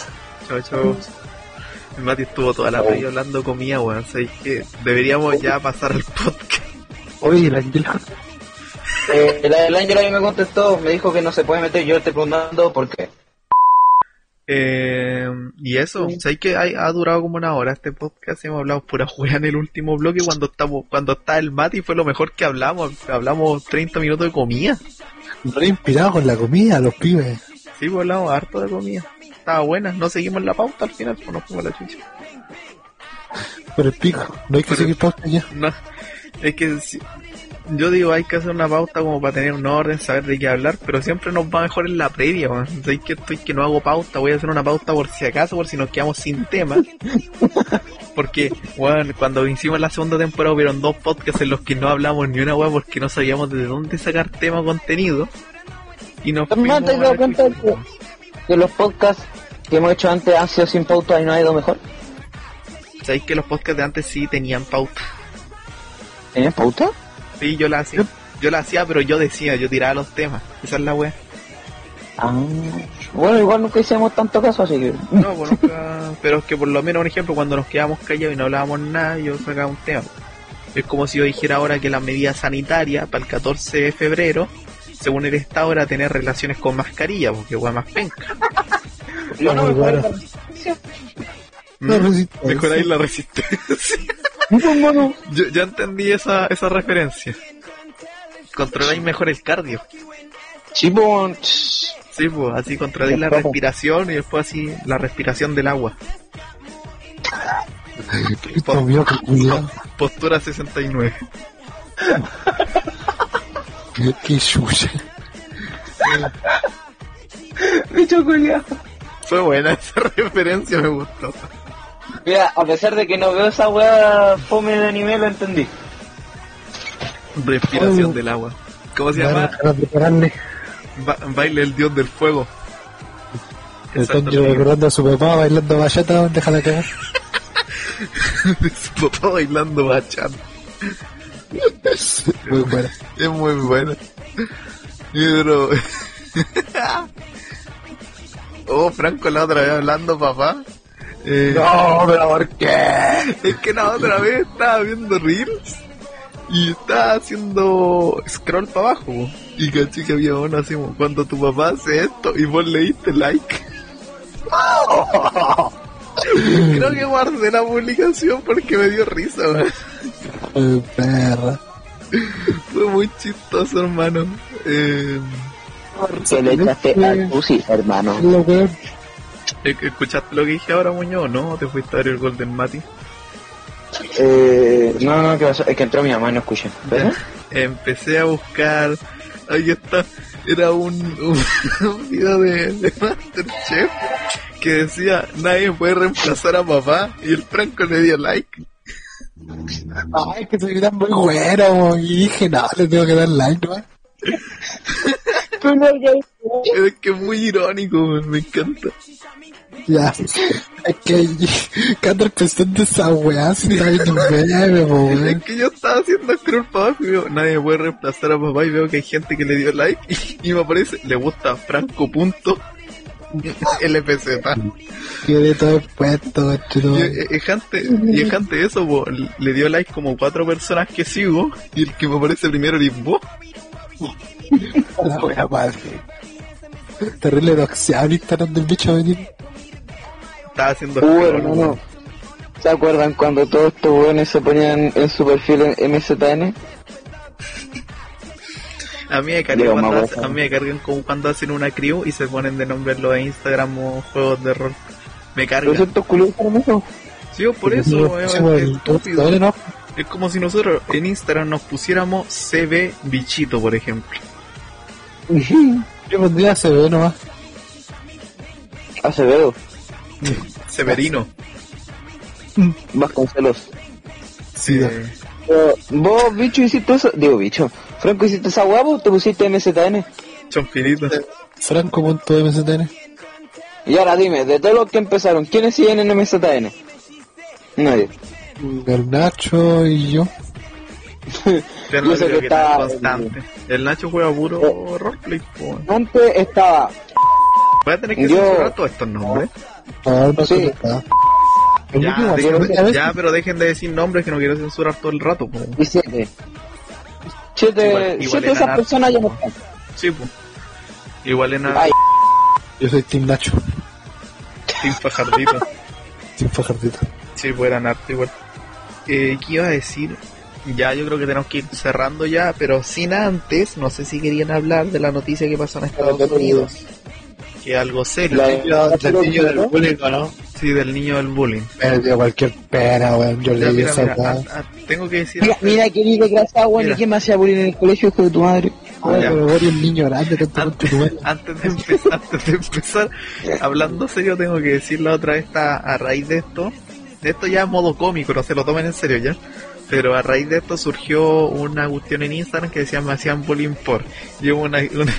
A: chao, chao. El Mati estuvo toda la playa hablando de comida, weón. ¿Sabéis que Deberíamos ya pasar al podcast.
B: Oye, el Angela.
D: Eh, la del Ángel a mí me contestó, me dijo que no se puede meter, yo le estoy preguntando por qué.
A: Eh, y eso, ¿sabéis que hay- ha durado como una hora este podcast? Hemos hablado pura juega en el último bloque cuando estamos cuando está el Mati fue lo mejor que hablamos. Hablamos 30 minutos de comida.
B: Re inspirado con la comida, los pibes.
A: Sí, pues hablamos harto de comida. Estaba buena, no seguimos la pauta al final, pues nos fuimos a la chucha.
B: Por el pico. No hay que
A: Por el-
B: seguir pauta ya.
A: No, es que si- yo digo, hay que hacer una pauta como para tener un orden, saber de qué hablar, pero siempre nos va mejor en la previa, man. Sabéis que estoy que no hago pauta, voy a hacer una pauta por si acaso, por si nos quedamos sin tema. Porque, bueno, cuando hicimos la segunda temporada hubieron dos podcasts en los que no hablamos ni una weá porque no sabíamos de dónde sacar tema o contenido. Y nos
D: Pero no,
A: fuimos
D: te
A: a
D: has
A: la
D: dado cuenta
A: chucha,
D: que-
A: man.
D: Que los podcasts que hemos hecho antes han sido sin pauta y no ha ido mejor.
A: Sabéis que los podcasts de antes sí tenían pauta.
D: ¿Tenías pauta?
A: Sí, yo la hacía. Yo la hacía, pero yo decía, yo tiraba los temas. Esa es la weá.
D: Ah, bueno, igual nunca hicimos tanto caso, así que...
A: No, pues nunca- pero es que por lo menos, por ejemplo, cuando nos quedamos callados y no hablábamos nada, yo sacaba un tema. Es como si yo dijera ahora que la medida sanitaria para el 14 de febrero, según el Estado, era tener relaciones con mascarilla, porque weón, más penca.
D: Yo no me
B: Muy bueno.
D: acuerdo.
B: No,
A: Mm.
B: resiste.
A: Mejoráis la resistencia. yo, yo entendí esa, esa referencia. Controláis mejor el cardio.
D: Chivo,
A: Sí, pues así controláis la respiración y después así la respiración del agua.
B: Pico, mío, que cuidado.
A: Postura 69.
B: Qué chucha.
D: Bicho culiao.
A: Fue buena esa [laughs] referencia, me gustó.
D: Mira, a pesar de que no veo esa weá fome de anime, lo entendí.
A: Respiración
B: Oh.
A: del agua. ¿Cómo se
B: Me dan
A: llama?
B: ganas de pegarle.
A: Ba- baile el dios del fuego. [laughs]
B: El
A: Exacto.
B: Tanjiro recordando a su papá bailando bachata, weón, déjala cagar.
A: De su papá bailando bachata.
B: Muy buena.
A: Es muy buena. Y, pero- [laughs] oh, Franco, la otra vez hablando, papá. Eh,
D: No, pero ¿por qué?
A: Es que la otra vez estaba viendo Reels y estaba haciendo scroll para abajo. Y caché que había uno así como, cuando tu papá hace esto y vos le diste like.
D: [laughs]
A: Creo que guardé la publicación porque me dio risa, weón.
B: Muy perra.
A: Fue muy chistoso, hermano. Eh,
C: Que le echaste al Pussy, hermano.
B: Lo weón.
A: ¿Escuchaste Eh, lo que dije ahora, Muñoz? ¿No? ¿Te fuiste a abrir el Golden Mati?
D: Eh, no, no, ¿qué pasó? Es que entró mi mamá y no escuché. ¿Pero?
A: Empecé a buscar. Ahí está. Era un, un, [laughs] un video de, de Masterchef que decía: Nadie puede reemplazar a papá. Y el Franco le dio like.
B: Ay, que se gritan muy bueno, weón. Y dije, no, le tengo que dar like, weón.
A: Es que es muy irónico, me- me encanta.
B: Ya. Es que Cander pensó en esa weá si no hay un meme, po,
A: Es
B: weón.
A: que yo estaba haciendo scroll para abajo y veo, nadie puede reemplazar a papá y veo que hay gente que le dio like [laughs] y, y me aparece, le gusta Franco punto LPZ.
B: Tiene todo puesto, weón. chulo.
A: Y eh, eh, gente, y eh, gente eso, po, le dio like como cuatro personas que sigo y el que me aparece primero eres vos.
B: La wea madre. Ah. Terrible doxeado en Instagram del bicho venir.
A: Estaba haciendo
D: Uh,
A: scroll,
D: hermano. ¿Se acuerdan cuando todos estos weones se ponían en su perfil en MZN?
A: A mí me cargan,
D: Digo,
A: cuando,
D: más
A: hace-
D: guapo.
A: a mí me cargan como cuando hacen una crew y se ponen de nombre en los de Instagram o juegos de rol. Me
D: ¿Los
A: cargan.
D: estos culios [laughs] hermosos?
A: Sí, por eso, weón, es estúpido.
B: no, no,
A: Es como si nosotros en Instagram nos pusiéramos CB Bichito, por ejemplo.
B: yo pondría CB nomás.
D: Acevedo,
A: Severino.
D: Vasconcelos.
A: Sí.
D: Eh, ¿Vos, bicho, hiciste eso? Digo, bicho. ¿Franco hiciste esa guapo? ¿Te pusiste MZN?
A: Chonfilito.
B: Franco.mzn.
D: Y ahora dime, de todos los que empezaron, ¿quiénes siguen en MZN? Nadie.
A: Mm.
B: El Nacho y yo.
A: Yo
D: Yo
A: no
D: sé
A: creo
D: que
A: que tan
D: está- Oh.
A: constante. El Nacho juega puro roleplay, po.
D: Antes estaba...
A: Voy a tener que
D: Yo-
A: censurar todos estos nombres.
B: No, no
D: Sí.
B: sé nada. El último,
A: Ya,
B: a
A: dejen-
B: ver, a ver,
A: ya, pero dejen de decir nombres que no quiero censurar todo el rato, po.
D: Y siete. Siete,
A: Igual- igual
D: siete
A: le
D: de esas
A: ganaste,
D: personas ya no
A: po.
D: están.
A: Sí, po. Igual en a
D: Ay,
B: Yo soy Team Nacho.
A: Team Fajardito.
B: Team Fajardito.
A: Sí, pues eran harto igual. Eh, ¿Qué iba a decir? Ya, yo creo que tenemos que ir cerrando ya, pero sin antes, no sé si querían hablar de la noticia que pasó en Estados
B: Estados
A: Unidos. Que algo serio.
D: La-
B: El niño del bullying, ¿no?
A: Sí, del niño del bullying.
B: Me dio cualquier pena, weón. Yo
A: Ya,
B: leí
A: mira,
B: esa
A: mira,
B: weá.
A: ah, ah, tengo que decir...
C: Mira, mira qué bien desgraciado, weón.
A: Mira.
C: ¿Y quién me hacía bullying en el colegio, hijo de tu madre?
B: Ay,
A: Ah, Ya. Ah,
B: pero voy un niño grande que está con
A: [laughs]
B: tu
A: Antes, antes de empezar, [laughs] antes de empezar, hablando serio, tengo que decirlo otra vez a, a raíz de esto. De esto ya es modo cómico, no se lo tomen en serio ya. Pero a raíz de esto surgió una cuestión en Instagram que decía me hacían bullying por. Y hubo una, una,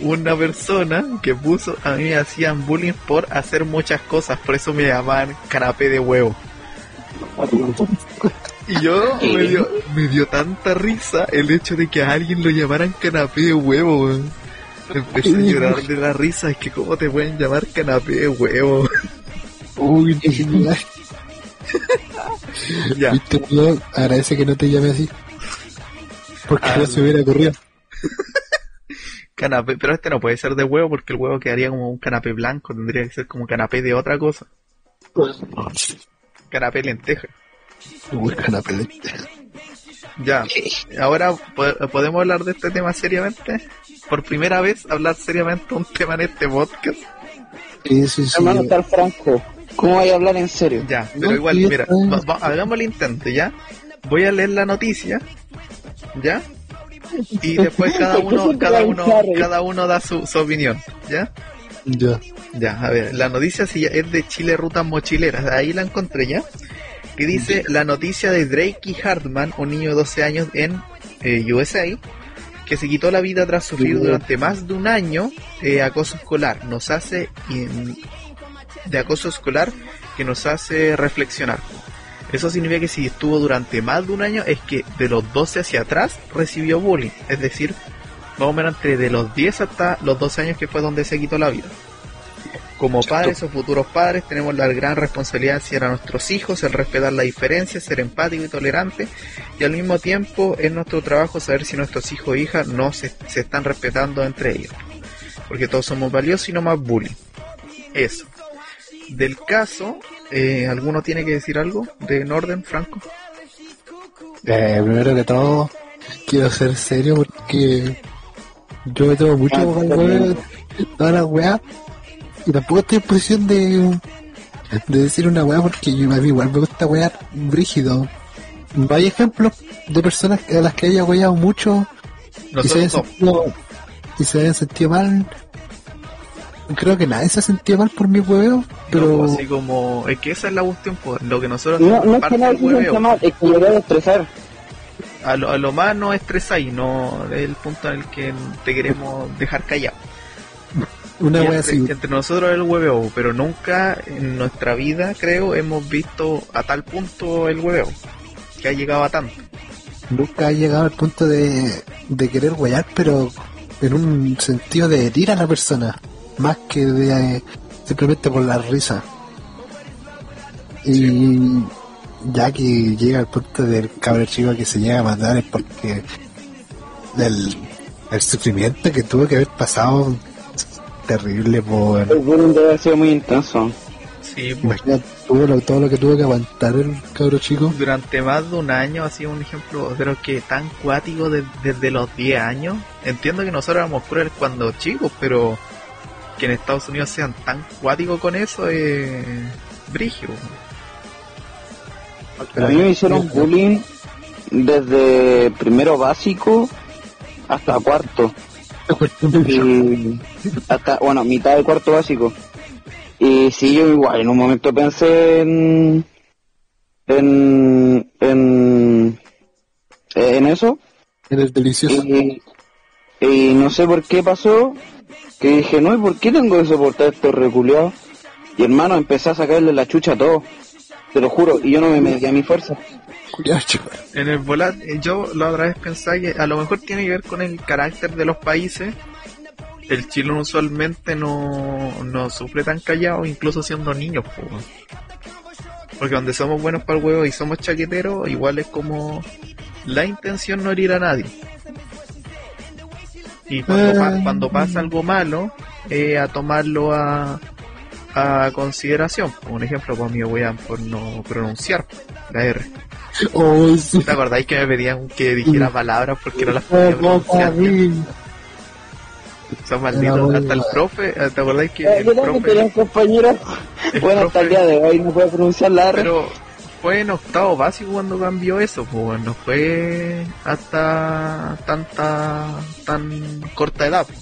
A: una persona que puso a mí me hacían bullying por hacer muchas cosas, por eso me llamaban canapé de huevo. Y yo me dio, me dio tanta risa el hecho de que a alguien lo llamaran canapé de huevo. weón. Empecé a llorar de la risa, es que cómo te pueden llamar canapé de huevo. [laughs]
B: Uy, niña.
A: ya,
B: Viste, Pablo, agradece que no te llame así. Porque
A: Ah,
B: no se hubiera ocurrido.
A: canapé, pero este no puede ser de huevo porque el huevo quedaría como un canapé blanco, tendría que ser como canapé de otra cosa, canapé de lenteja.
B: Uy, canapé. de-
A: Ya, ahora po- podemos hablar de este tema seriamente. Por primera vez hablar seriamente un tema en este podcast.
B: Sí, sí, sí.
C: Hermano, tal Franco. ¿Cómo vais a hablar en serio?
A: Ya, pero
B: No,
A: igual,
B: sí,
A: mira,
B: está bien.
A: va- va- hagamos el intento, ¿ya? Voy a leer la noticia, ¿ya? y después cada uno, cada uno, cada uno da su, su opinión, ¿ya?
B: Ya.
A: Ya, a ver, la noticia sí, es de Chile Rutas Mochileras, ahí la encontré ya. Que dice la noticia de Drakey Hartman, un niño de 12 años en eh, USA, que se quitó la vida tras sufrir durante más de un año eh, acoso escolar. Nos hace in- de acoso escolar que nos hace reflexionar. Eso significa que si estuvo durante más de un año es que de los 12 hacia atrás recibió bullying. Es decir, más o menos entre de los 10 hasta los 12 años que fue donde se quitó la vida. Como padres o futuros padres tenemos la gran responsabilidad hacia nuestros hijos, el respetar las diferencias, ser empático y tolerante y al mismo tiempo es nuestro trabajo saber si nuestros hijos o hijas no se, se están respetando entre ellos. Porque todos somos valiosos y no más bullying. Eso. Del caso, eh, ¿alguno tiene que decir algo de Norden, Franco?
B: Eh, primero que todo, quiero ser serio porque yo me tomo mucho
C: Ah,
B: vocabulario de todas las weas y tampoco estoy en posición de, de decir una wea porque yo, a mí igual me gusta wear brígido. No hay ejemplos de personas a las que haya weado mucho y se, hayan
A: Nosotros no.
B: sentido, y se hayan sentido mal. Creo que nadie se ha sentido mal por mi hueveo, pero
A: No, pues, así como, es que esa es la cuestión, pues, lo que nosotros
C: No,
A: hacemos
C: no es
A: parte
C: que nadie
A: del
C: se sienta
A: hueveo.
C: mal, es que lo voy a expresar.
A: a lo, a lo más no estresáis, no es el punto en el que te queremos dejar callado.
B: una
A: Y
B: wea
A: entre,
B: así.
A: y entre nosotros es el hueveo, pero nunca en nuestra vida, creo, hemos visto a tal punto el hueveo, que ha llegado a tanto.
B: Nunca he llegado al punto de, de querer huear, pero en un sentido de herir a la persona, más que de eh, simplemente por la risa. Y ya que llega al punto del cabrón chico que se llega a matar es porque el, el sufrimiento que tuvo que haber pasado terrible por
C: El bullying debe haber sido muy intenso.
A: Sí, pues,
B: imagínate todo lo, todo lo que tuvo que aguantar el cabro
A: [laughs]
B: chico
A: durante más de un año ha sido un ejemplo, creo que tan cuático de- desde los 10 años. Entiendo que nosotros éramos crueles cuando chicos, pero que en Estados Unidos sean tan cuáticos con eso es brígido.
C: A mí me hicieron bullying desde primero básico hasta cuarto. Y hasta, bueno, mitad de cuarto básico. Y sí, yo igual, en un momento pensé en. en. en. en eso.
B: en el delicioso.
C: Y, y no sé por qué pasó. Que dije, no, ¿y por qué tengo que soportar estos reculeados? Y hermano, empecé a sacarle la chucha a todo. Te lo juro, y yo no me medía mi fuerza.
B: Culiao, chico.
A: En el volat, eh, yo la otra vez pensaba que a lo mejor tiene que ver con el carácter de los países. El chileno usualmente no, no sufre tan callado, incluso siendo niños. po, weón. Porque donde somos buenos para el huevo y somos chaqueteros, igual es como la intención no herir a nadie. Y cuando, pa-
B: Eh.
A: cuando pasa algo malo, eh, a tomarlo a, a consideración. Un ejemplo, pues mi weón por no pronunciar la R.
B: Oh, sí.
A: ¿Te acordáis que me pedían que dijera palabras porque no las podía pronunciar?
B: Yo
A: Son malditos.
B: Era
A: Hasta el
B: muy
A: profe, ¿te acordáis que
C: Eh,
A: el
C: Yo también tenía un
A: profe...
C: compañero.
A: el
C: Bueno, hasta el
A: profe-
C: día de hoy no puedo pronunciar la R.
A: Pero fue en octavo básico cuando cambió eso, pues bueno, no fue hasta tanta tan corta edad. pues.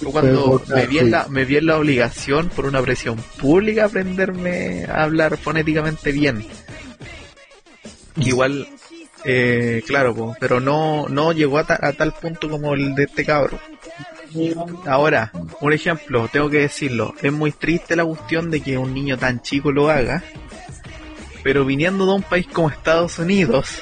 A: Fue cuando
B: corta,
A: me vi, en
B: sí.
A: la, me vi en la obligación por una presión pública aprenderme a hablar fonéticamente bien. Igual, eh, claro, pues, pero no, no llegó a, ta- a tal punto como el de este cabro. Ahora, un ejemplo, tengo que decirlo, es muy triste la cuestión de que un niño tan chico lo haga, pero viniendo de un país como Estados Unidos,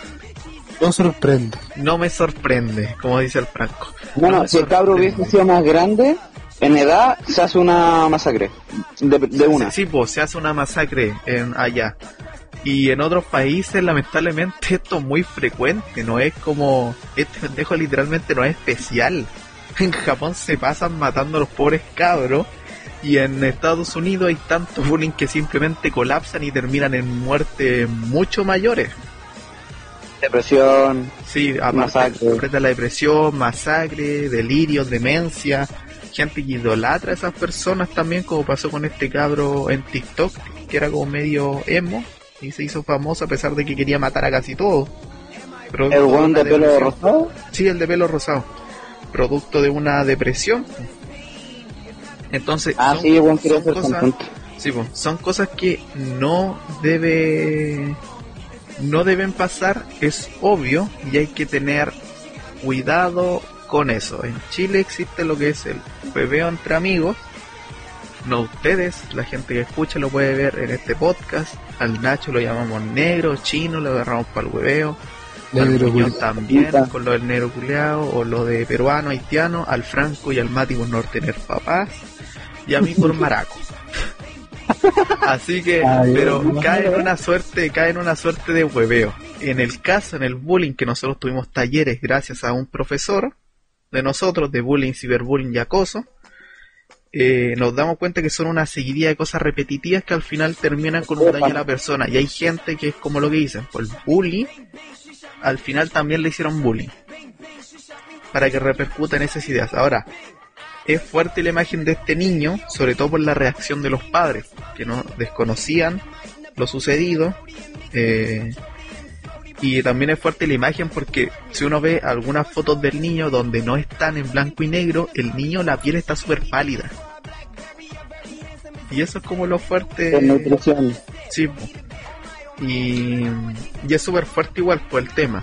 B: no sorprende.
A: no me sorprende, como dice el Franco. No
C: bueno,
A: me
C: si el cabro
A: sorprende.
C: hubiese sido más grande, en edad se hace una masacre. De, de una.
A: Sí, pues se hace una masacre en allá. Y en otros países, lamentablemente, [laughs] esto es muy frecuente, no es como. Este pendejo literalmente no es especial. [laughs] En Japón se pasan matando a los pobres cabros. Y en Estados Unidos hay tanto bullying que simplemente colapsan y terminan en muertes mucho mayores.
C: Depresión.
A: Sí, aparte
C: Masacre.
A: aprieta la depresión, masacre, delirios, demencia, gente que idolatra a esas personas también, como pasó con este cabro en TikTok, que era como medio emo y se hizo famoso a pesar de que quería matar a casi todo. Producto
C: ¿El weón
A: una
C: de pelo
A: depresión.
C: rosado?
A: Sí, el de pelo rosado. Producto de una depresión. Entonces,
C: Ah,
A: son-
C: sí, el weón quería
A: son
C: ser
A: cosas-
C: cantante.
A: Sí, po, son cosas que no debe no deben pasar, es obvio y hay que tener cuidado con eso. En Chile existe lo que es el bebeo entre amigos. No ustedes, la gente que escucha lo puede ver en este podcast. Al Nacho lo llamamos negro, chino, lo agarramos para el hueveo. Al
B: Negro,
A: Muñoz
B: culiao.
A: también,
C: Puta.
A: con lo del negro culeado, o lo de peruano, haitiano, al Franco y al Mati por no tener papás, y a mí por maraco. Así que,
B: Ay,
A: pero
B: Dios.
A: cae en una suerte, cae en una suerte de hueveo. En el caso, en el bullying, que nosotros tuvimos talleres gracias a un profesor de nosotros, de bullying, ciberbullying y acoso, eh, nos damos cuenta que son una seguidilla de cosas repetitivas que al final terminan con un daño a la persona. Y hay gente que es como lo que dicen, por bullying, al final también le hicieron bullying. Para que repercutan esas ideas. Ahora, es fuerte la imagen de este niño, sobre todo por la reacción de los padres, que no desconocían lo sucedido. eh, y también es fuerte la imagen porque si uno ve algunas fotos del niño donde no están en blanco y negro, el niño la piel está súper pálida. Y eso es como lo fuerte.
C: De nutrición.
A: Sí, po. y, y es súper fuerte igual por el tema.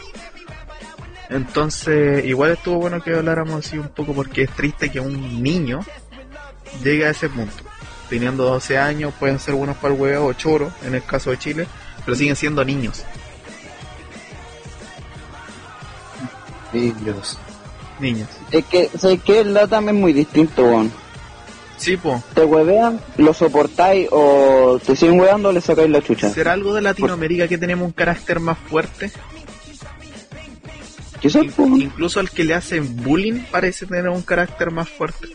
A: Entonces, igual estuvo bueno que habláramos así un poco porque es triste que un niño llegue a ese punto. Teniendo 12 años, pueden ser buenos para el huevo o choro, en el caso de Chile, pero siguen siendo niños.
B: Niños.
A: Niños.
C: Es que, sé que el LATAM es muy distinto, weón.
A: Sí, po.
C: Te huevean, lo soportáis o te siguen hueveando, le sacáis la chucha.
A: ¿Será algo de Latinoamérica que tenemos un carácter más fuerte?
C: Quizás,
A: In-
C: pues, weón.
A: Incluso al que le hacen bullying parece tener un carácter más fuerte.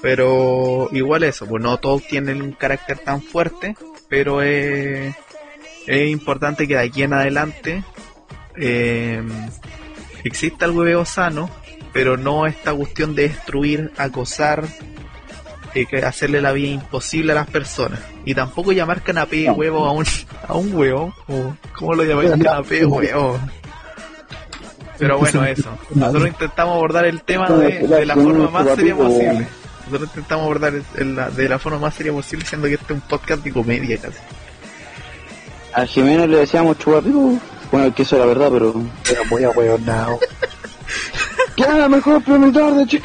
A: Pero igual eso, pues no todos tienen un carácter tan fuerte, pero es, es importante que de aquí en adelante eh, exista el hueveo sano, pero no esta cuestión de destruir, acosar, eh, que hacerle la vida imposible a las personas. Y tampoco llamar canapé huevo a un, [laughs] a un huevo. o ¿Cómo lo llamáis canapé huevo? Pero bueno, [laughs] eso. Nosotros intentamos abordar el tema de, de la forma más seria posible. Nosotros intentamos abordar el- el- la- de la forma más seria posible, siendo que este es un podcast de comedia casi.
C: A Jiménez le decíamos chupapico. Bueno, el que eso la verdad, pero.
B: Pero muy
C: [laughs]
B: ahueonado.
C: ¿Qué era la mejor promotor de Chile?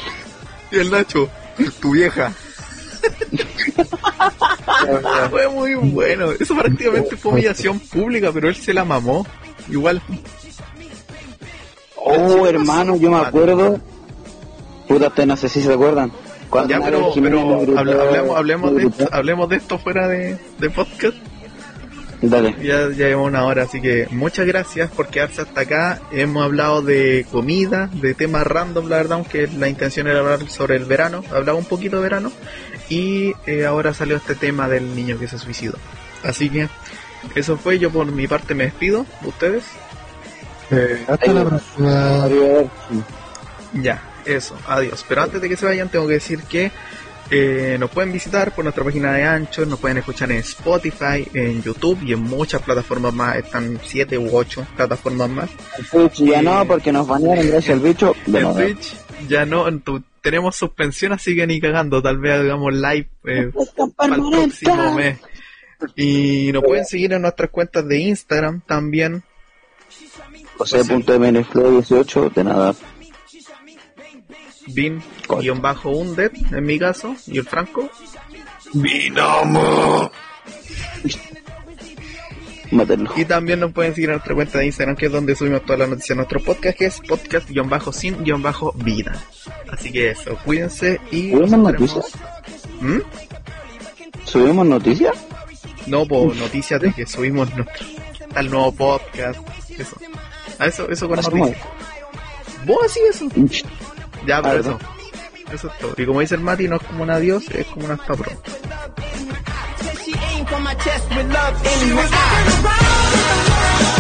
A: Y el Nacho, tu
C: [laughs]
A: vieja. fue muy bueno. Eso prácticamente fue humillación pública, pero él se la mamó. Igual.
C: Oh, hermano, yo me acuerdo. Puta, ustedes no sé si se acuerdan. Cuando
A: Ya,
C: Mario
A: pero,
C: Jiménez
A: pero
C: me gritó-
A: hable- hablemos, hablemos,
C: me
A: de
C: gritó-
A: esto, hablemos de esto fuera de, de podcast.
C: Dale.
A: Ya, ya llevamos una hora, así que muchas gracias por quedarse hasta acá. Hemos hablado de comida, de temas random, la verdad, aunque la intención era hablar sobre el verano. Hablaba un poquito de verano. Y eh, ahora salió este tema del niño que se suicidó. Así que eso fue. Yo por mi parte me despido. ¿Ustedes?
B: Eh, hasta la próxima.
C: Arrivederci.
A: Ya, eso, adiós. Pero antes de que se vayan, tengo que decir que eh, nos pueden visitar por nuestra página de Ancho, nos pueden escuchar en Spotify, en YouTube y en muchas plataformas más. Están 7 u 8 plataformas más.
C: Twitch ya no, porque nos banearon gracias al bicho. De
A: en
C: nuevo.
A: Twitch ya no, en tu- tenemos suspensión, así que ni cagando. Tal vez hagamos live eh, para el próximo mes. Y nos pueden seguir en nuestras cuentas de Instagram también. pues
C: José.mnflow18, de nada.
A: Bin-Undet, en mi caso, y el Franco.
C: Matarlo.
A: Y también nos pueden seguir en nuestra cuenta de Instagram, que es donde subimos todas las noticias de nuestro podcast, que es podcast-sin-vida. Así que eso, cuídense y...
C: ¿Subimos
A: nos veremos.
C: noticias?
A: ¿Mm?
C: ¿Subimos noticias?
A: No, por noticias de que subimos nuestro tal nuevo podcast. Eso. A eso, eso con
C: Así
A: noticias. Vos así eso. Ya, pero
C: Ah,
A: eso. Eso es todo. Y como dice el Mati, no es como un adiós, es como un hasta pronto.
F: She aim for my chest with love in her eyes.